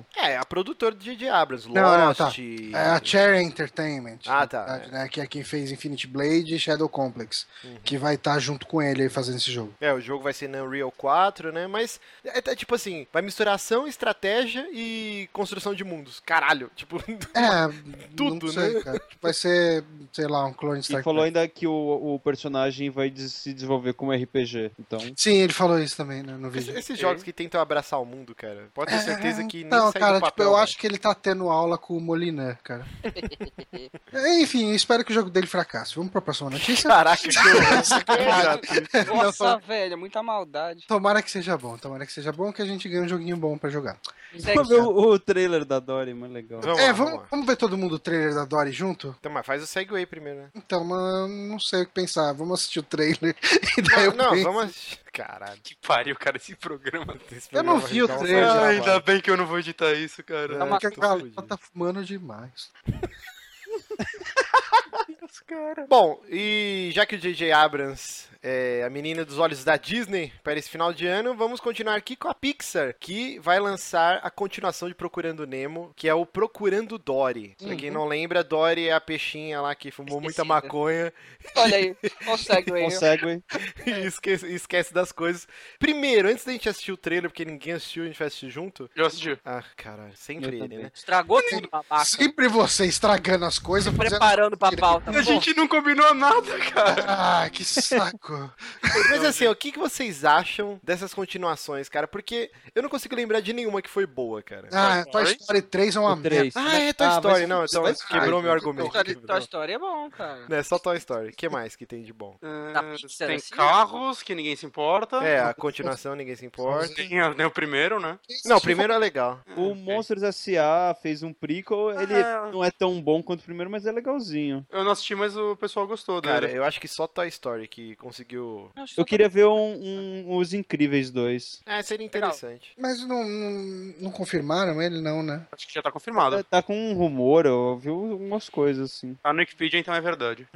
o-
É, a produtora do J.J. Abrams, Lost...
Não, não, tá. é a Cherry Entertainment.
Ah,
na
tá,
verdade, né, que é quem fez Infinity Blade e Shadow Complex.
Uhum.
Que vai estar junto com ele aí fazendo esse jogo.
É, o jogo vai ser na Unreal 4, né? Mas é, é tipo assim, vai misturar ação, estratégia e construção de mundos. Caralho, <laughs> tipo,
É,
Tudo,
não sei,
né?
cara. Vai ser, sei lá, um clone falou em
E
Starcraft.
falou ainda que o, o personagem vai des- se desenvolver como RPG. Então,
Sim, ele falou isso também né, no
Esse-
vídeo.
Esses jogos que tentam abraçar o mundo, cara, pode ter certeza que nem
Não,
sai
cara,
do papel. né?
tipo, eu
velho.
acho que ele tá tendo aula com o Moliné,
<laughs>
cara. É, Enfim, espero que o jogo dele fracasse. Vamos pra próxima notícia?
Caraca,
<laughs>
é que
é
<laughs> horror.
Nossa,
só-
velho, é muita maldade.
Tomara que seja bom, tomara que seja bom, que a gente ganhe um joguinho bom pra jogar.
vamos
Segue.
ver o, o trailer da Dory, mano, legal.
Então Vamos
é,
lá,
vamos,
vamos
vamos,
lá.
ver todo mundo o trailer da Dory junto?
Então, mas faz o segue primeiro, né?
Então, mas não sei o que pensar. Vamos assistir o trailer <laughs> e daí eu
Não, não
penso.
vamos. Caralho.
Que pariu, cara, esse programa.
Eu não vi o trailer.
Ah,
Ai,
ainda bem que eu não vou editar isso, cara.
Não, mas-
Porque né, a
tô
galera
fudido.
tá fumando demais.
Bom, e já que o J.J. Abrams é a menina dos olhos da Disney para esse final de ano, vamos continuar aqui com a Pixar, que vai lançar a continuação de Procurando Nemo, que é o Procurando Dory. Pra
Uhum.
quem não lembra, Dory é a peixinha lá que fumou muita
Esquecida.
maconha
Olha aí, consegue aí.
Consegue, hein?
<laughs> É.
e esquece, esquece das coisas. Primeiro, antes da gente assistir o trailer, porque ninguém assistiu, a gente vai assistir junto.
Eu assisti.
Ah, caralho, sempre ele, né?
Estragou tudo, babaca.
Sempre você estragando as coisas. fazendo-
Preparando pra pauta.
A gente não combinou nada, cara.
Ah, que saco.
Mas assim, o que, que vocês acham dessas continuações, cara? Porque eu não consigo lembrar de nenhuma que foi boa, cara.
Ah, Toy
Toy
Story 3 é uma
O
merda.
3.
Ah, é Toy
Ah,
Story,
mas-
não, então
mas-
quebrou meu
Pô,
argumento.
Toy- Toy Story é bom, cara.
Não, é só Toy Story. O que mais que tem de bom?
Da
Ah,
Pixar,
tem
assim?
carros que ninguém se importa.
É, a continuação, ninguém se importa.
Tem, a- tem o primeiro, né?
Não, o primeiro é legal.
O Monsters S.A. fez um prequel, ele
Ah.
não é tão bom quanto o primeiro, mas é legalzinho.
Eu não assisti, mas o pessoal gostou
Cara,
dele.
eu acho que só Toy Story que conseguiu.
Acho
Eu
que-
queria ver um, um- Os Incríveis 2.
Ah, seria interessante.
Mas não, não, não confirmaram ele, não, né?
Acho que já tá confirmado.
Tá com um rumor, eu ouvi algumas coisas assim.
Tá no Wikipedia, então é verdade.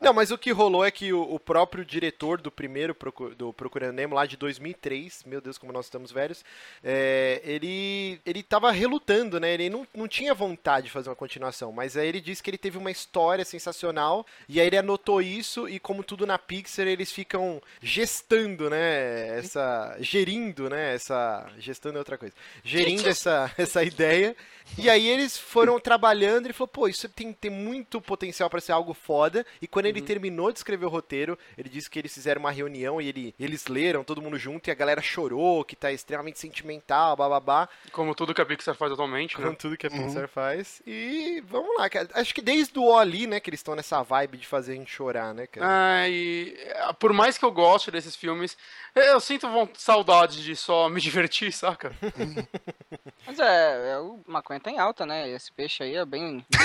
Não, mas o que rolou é que o, o próprio diretor do primeiro Procu- do Procurando Nemo, lá de 2003, meu Deus, como nós estamos velhos, é, ele ele tava relutando, né? Ele não, não tinha vontade de fazer uma continuação, mas aí ele disse que ele teve uma história sensacional e aí ele anotou isso e como tudo na Pixar, eles ficam gestando, né? Essa gerindo, né? Essa gestando é outra coisa. Gerindo essa <laughs> essa ideia. E aí eles foram trabalhando, ele falou, pô, isso tem, tem muito potencial pra ser algo foda. E quando ele terminou de escrever o roteiro, ele disse que eles fizeram uma reunião e ele, eles leram, todo mundo junto, e a galera chorou, que tá extremamente sentimental, bababá,
Como tudo que a Pixar faz atualmente,
com
né?
tudo que a Pixar faz. E vamos lá, cara. Acho que desde o Oli, né, que eles estão nessa vibe de fazer a gente chorar, né, cara?
Ah, e eh, por mais que eu goste desses filmes, eh, eu sinto von- saudade de só me <laughs> divertir, saca?
Mas é, é, o maconha tá em alta, né? Esse peixe aí é bem. <laughs>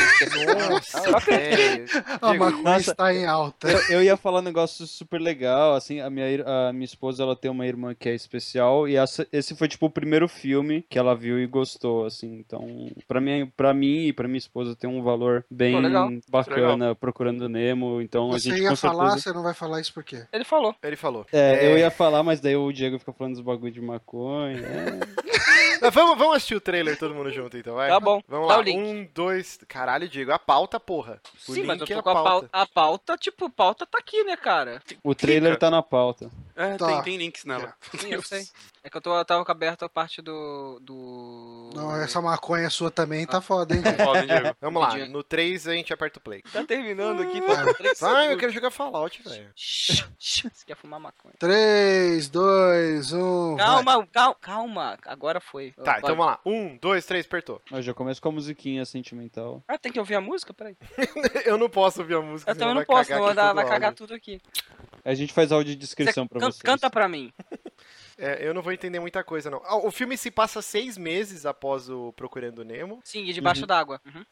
Nossa,
Ah.
velho.
A Ah, maconha
Nossa.
está em alta.
Eu, eu ia falar um negócio super legal, assim, a minha, ir- a minha esposa, ela tem uma irmã que é especial, e essa- esse foi, tipo, o primeiro filme que ela viu e gostou, assim, então, pra mim, pra mim e pra minha esposa tem um valor bem
Pô, legal.
bacana, Procurando Nemo, então a
Você
gente
ia
com
falar,
certeza...
você não vai falar isso por quê?
Ele falou.
Ele falou.
É,
É.
eu ia falar, mas daí o Diego fica falando dos bagulho de
<laughs>
maconha, é.
Mas vamos, vamos assistir o trailer todo mundo junto, então, vai.
Tá bom.
Vamos
Dá
lá.
o link.
Um, dois. Caralho, Diego, a pauta, porra. O
Sim, mas eu
link é
tô
a
com a
pauta.
pauta. A pauta, tipo, pauta tá aqui, né, cara?
o trailer tá na pauta.
É,
Tá.
tem, tem links nela.
Sim, eu sei. É que eu, tô, eu tava com aberto a parte do. do...
Não, essa maconha sua também tá foda, hein?
Foda, hein, Diego?
Vamos lá,
Entendi.
no 3 a gente aperta o play.
Tá terminando aqui, falta três
Ah, eu
segundos.
quero jogar Fallout, velho.
Shh, shh, Você quer fumar maconha?
3, 2, 1.
Calma, calma, calma. Agora foi.
Tá,
Agora-
então vamos lá. Um, dois, três, apertou. <laughs>
Eu já começo com a musiquinha sentimental.
Ah, tem que ouvir a música? Peraí.
Eu não posso ouvir a música.
Então Eu
senão vai
também não posso,
cagar
não vai,
aqui
dar-
todo
vai cagar
áudio.
tudo aqui.
A gente faz audiodescrição
Você
pra
can-
vocês.
Canta pra mim.
É, eu não vou entender muita coisa, não. Ah, O filme se passa seis meses após o Procurando Nemo.
Sim, e debaixo d'água. Uhum.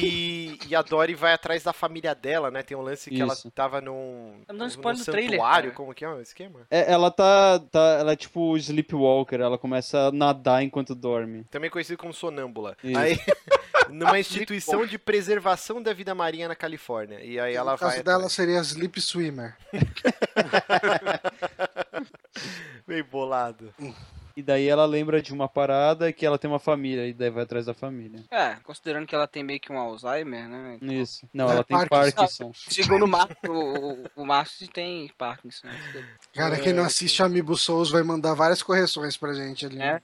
e, e a Dory vai atrás da família dela, né? Tem um lance que ela
Isso.
tava num.
Tá me
num
dando spoiler do trailer,
santuário,
cara.
como que é o esquema?
É, ela tá, tá. Ela é tipo Sleepwalker, ela começa a nadar enquanto dorme.
Também conhecido como sonâmbula.
Isso.
Aí, <laughs> numa instituição de preservação da vida marinha na Califórnia. E aí ela
no caso
vai.
dela seria Sleep Swimmer.
Bem bolado.
E e daí ela lembra de uma parada que ela tem uma família, e daí vai atrás da família.
É, considerando que ela tem meio que um Alzheimer, né? Então,
Isso. Não,
É,
ela tem
Parkinson.
Parkinson.
Segundo o Marcos, o, o- o Marcos tem Parkinson. né?
Cara, quem não assiste Amiibo Souls vai mandar várias correções pra gente ali.
Né?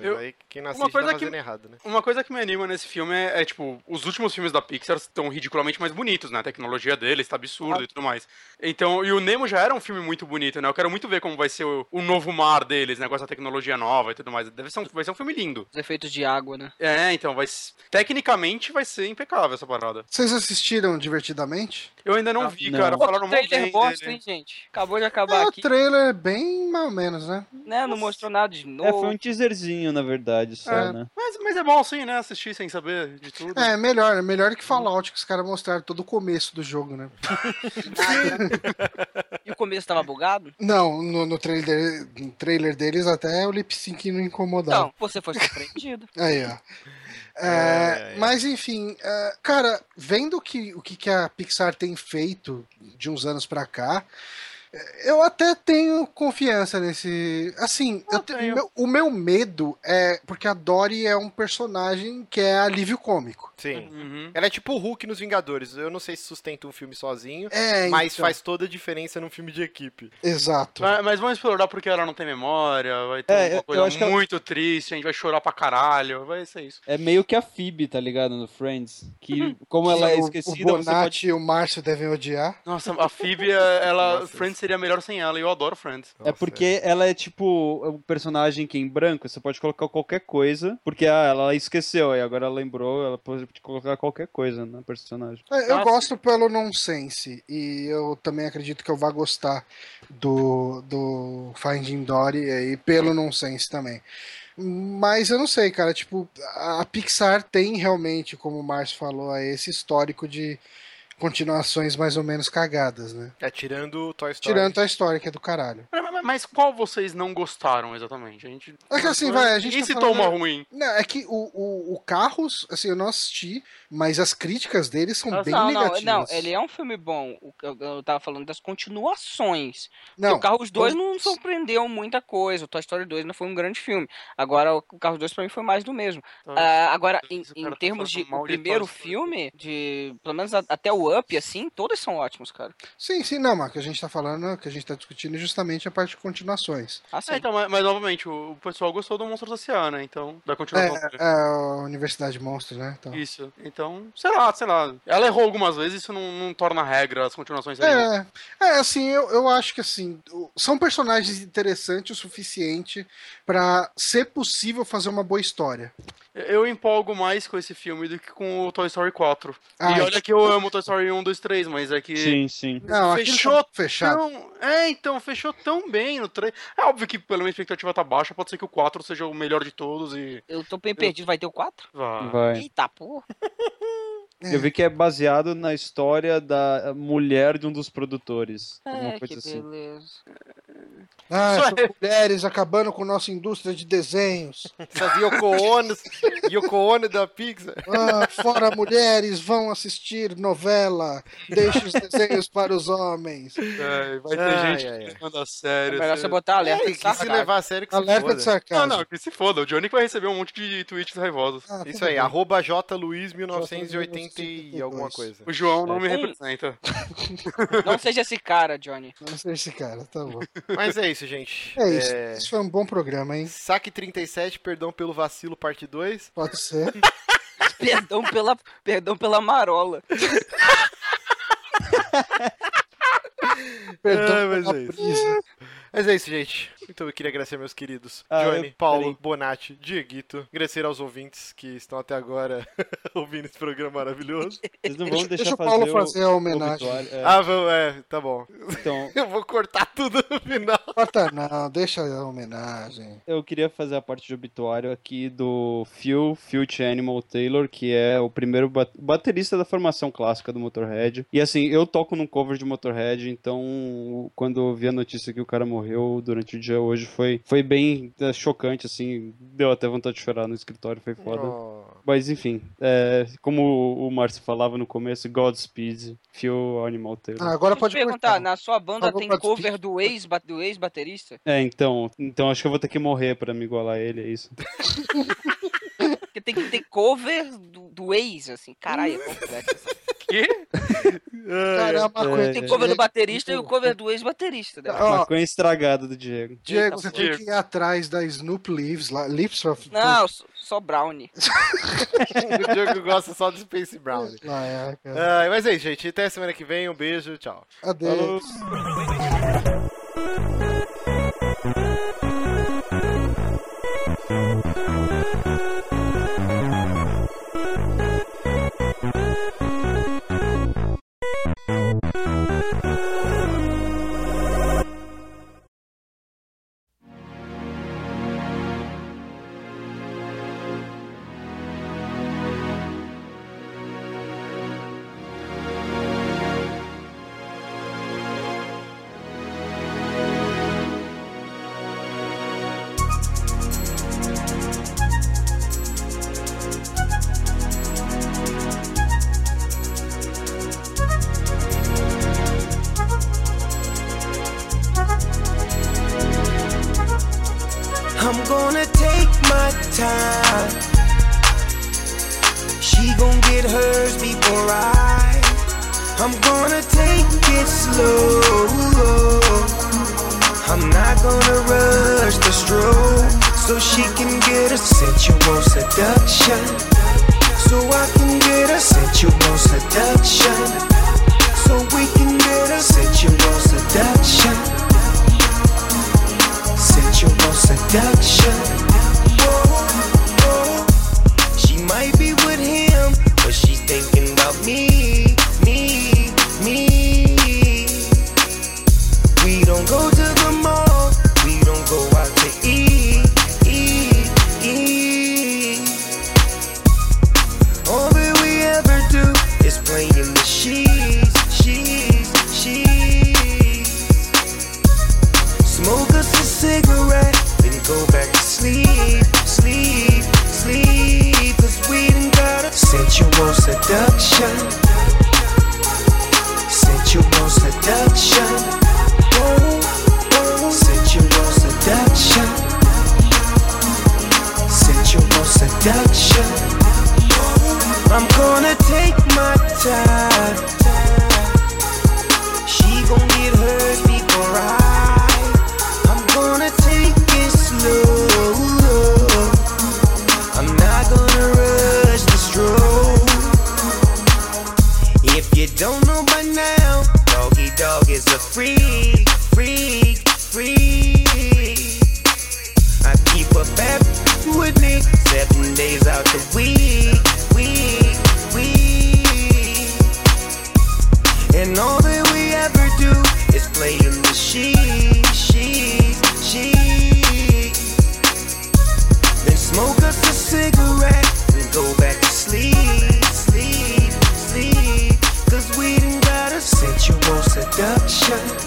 Eu-
Aí quem não assiste
coisa
tá
que-
fazendo errado, né?
Uma coisa que me anima nesse filme é, é, tipo, os últimos filmes da Pixar estão ridiculamente mais bonitos, né? A tecnologia deles tá absurda e tudo mais. Então, e o Nemo já era um filme muito bonito, né? Eu quero muito ver como vai ser o, o novo mar deles, né? Com essa tecnologia nova e tudo mais. Deve ser um, vai ser um filme lindo.
Os efeitos de água, né?
É, então, vai, s- tecnicamente vai ser impecável essa parada.
Vocês assistiram divertidamente?
Eu ainda não
Ah,
vi,
não.
cara.
Pô,
Falaram
o
muito
trailer
bem
bosta,
dele.
hein, gente? Acabou de acabar
É, o
aqui,
trailer é bem mais ou menos, né?
né? Não mostrou nada de novo.
É, foi um teaserzinho, na verdade, só,
É.
né?
Mas, mas é bom assim, né? Assistir sem saber de tudo.
É, melhor, é melhor que Fallout, que os caras mostraram todo o começo do jogo, né?
E o começo tava bugado?
Não, no, no trailer, no trailer deles até o lip sync não incomodava.
Então, você foi surpreendido.
Aí,
<laughs>
ó. É,
É, é.
Mas enfim, é, cara, vendo que, o que, que a Pixar tem feito de uns anos pra cá, é, eu até tenho confiança nesse. Assim, eu te-
tenho.
meu- o meu medo é. Porque a Dory é um personagem que é alívio cômico.
Sim.
Uhum.
Ela é tipo o Hulk nos Vingadores. Eu não sei se sustenta um filme sozinho,
É,
mas
então,
faz toda a diferença num filme de equipe.
Exato.
Mas, mas vamos explorar porque ela não tem memória, vai ter
É, eu-
uma
eu acho que
coisa
ela-
muito triste, a gente vai chorar pra caralho, vai ser isso.
É meio que a Phoebe, tá ligado? No Friends. Que, como ela é
O-
esquecida,
o
você pode
Bonatti e o Márcio devem odiar.
Nossa, a
<laughs>
Phoebe, é- ela.
Nossa.
Friends seria melhor sem ela, e eu adoro Friends.
É porque ela é tipo um personagem que em branco você pode colocar qualquer coisa, porque ah, ela esqueceu e agora ela lembrou, ela pode colocar qualquer coisa na personagem.
É, Eu
Nossa.
gosto pelo nonsense e eu também acredito que eu vá gostar do, do Finding Dory aí pelo nonsense também. Mas eu não sei, cara, tipo, a Pixar tem realmente, como o Márcio falou, aí, esse histórico de continuações mais ou menos cagadas, né?
É, tirando o Toy Story. <laughs>
Tirando a história que é do caralho.
Mas- mas- Mas qual vocês não gostaram exatamente? A gente.
É que assim, vai, a gente
Quem
tá
citou uma
falando-
ruim?
Não, é que o, o, o Carros, assim, eu não assisti, mas as críticas dele são bem
não, não,
negativas.
não, ele é um filme bom. O que Eu, eu tava falando das continuações. Porque
Não,
o Carros 2 não
todos-
surpreendeu muita coisa. O Toy Story 2 não foi um grande filme. Agora, o Carros 2 pra mim foi mais do mesmo.
Tá?
Ah, agora, em,
Esse
em
cara tá
termos de
falando mal
o
de Toy
primeiro
Story.
filme, de pelo menos a- até o Up, assim, todos são ótimos, cara.
Sim, sim, não, mas o que a gente tá falando, o que a gente tá discutindo é justamente a parte de continuações.
Assim,
É, então, mas, mas, novamente, o, o pessoal gostou do Monstros S.A., né? Então, da
É,
continuação. dele.
é a Universidade Monstro, né? Então.
Isso. Então, sei lá, sei lá. Ela errou algumas vezes, isso não, não torna regra as continuações. serem-
É, é, assim, eu, eu acho que assim, o- são personagens interessantes o suficiente pra ser possível fazer uma boa história.
Eu empolgo mais com esse filme do que com o Toy Story 4.
Ai,
e olha que eu amo Toy Story 1, 2, 3, mas é que.
Sim, sim.
não, aquilo
fechou
tá fechado.
Então, é, então, fechou tão bem no 3. É óbvio que pela minha expectativa tá baixa, pode ser que o 4 seja o melhor de todos e.
eu tô bem perdido. Vai ter o 4?
Vá.
Vai.
Eita, porra.
É.
Eu vi que é baseado na história da mulher de um dos produtores. Alguma
É, que
coisa assim.
beleza.
Ah,
Só
são mulheres acabando com nossa indústria de desenhos.
Essas Yoko Ono, Yoko Ono da Pixar.
Ah, fora mulheres, vão assistir novela. Deixe os desenhos para os homens.
É, vai ter
Ai,
gente
ai, ai.
que manda sério.
Melhor
sério.
você botar alerta. tá,
É,
de
que se
sarcasmo.
levar a sério que se
Alerta
foda.
de
Não,
sarcasmo.
não, que se foda. O Johnny que vai receber um monte de tweets raivosos.
Ah, tudo
Isso aí,
bem.
arroba JLuiz1980 e
1982.
alguma coisa.
O João não me
Ei.
representa.
Não seja esse cara, Johnny.
Não sei esse cara, tá bom.
Mas é isso, gente. É,
É isso. Esse foi um bom programa, hein?
Saque 37, perdão pelo vacilo, parte 2.
Pode ser.
<laughs> Perdão pela, perdão pela marola.
Perdão
É, mas
pela
é isso.
brisa.
Mas é isso, gente. Então eu queria agradecer meus queridos
Ah,
Johnny,
eu-
Paulo, Bonatti, Dieguito. Agradecer aos ouvintes que estão até agora <laughs> ouvindo esse programa maravilhoso.
Vocês não vão
Deixa,
deixar
deixa o
fazer
Paulo fazer a homenagem. Ah.
obituário. É,
Ah, vamos, é, tá bom.
então,
Eu vou cortar tudo no final.
Corta não, deixa a homenagem.
eu queria fazer a parte de obituário aqui do Phil, Future Animal Taylor, que é o primeiro ba- baterista da formação clássica do Motorhead. E assim, eu toco num cover de Motorhead, então quando eu vi a notícia que o cara morreu durante o dia, eu aconteceu hoje foi, foi bem é, chocante, assim. Deu até vontade de chorar no escritório, foi foda.
Oh.
Mas enfim, é, como o- o Márcio falava no começo, Godspeed, Fio Animal Taylor.
Ah, agora
Deixa eu
pode
te perguntar,
cortar.
na sua banda
Favor,
tem
pode
cover do ex- do ex-baterista?
É, então, então acho que eu vou ter que morrer pra me igualar a ele, é isso.
Porque tem que ter cover do, do ex, assim. Caralho, é complexo.
Que?
Cara, é uma
É, Ah,
coisa
Tem
que-
cover do baterista e o cover do ex-baterista. Né?
Ó,
Maconha estragada do Diego.
Diego,
Eita,
você
pô.
tem que ir atrás da Snoop Leaves lá. Lips of...
Não, só- só Brownie.
<laughs> o Diogo gosta só do Space Brown.
Ah, é, cara.
Ah, mas é isso, gente. Até semana que vem. Um beijo. Tchau.
Adeus.
I'm gonna take my time. She gon' get hers before I. I'm gonna take it slow. I'm not gonna rush the stroke so she can get a sensual seduction. So I can get a sensual seduction. So we can get a sensual seduction sensual seduction. She might be with him, but she's thinking about me, me, me. We don't go to the mall, we don't go out to eat, eat, eat. All that we ever do is play in the sheets, sheets, sheets. Smoke us a cigarette, then go back to sleep, sleep, sleep. Cause we done got a sensual seduction. Sensual seduction. Whoa, whoa. Sensual seduction. Sensual seduction. I'm gonna take my time. She gon' get hers before I. I'm gonna take it slow. I'm not gonna rush the stroll. If you don't know by now, doggy dog is a freak, freak, freak. I keep a bad with me seven days out the week, week, week. And all that we ever do is play in the sheets, sheets, sheets. Then smoke us a cigarette and go back to sleep, sleep, sleep. Cause we done got a sensual seduction.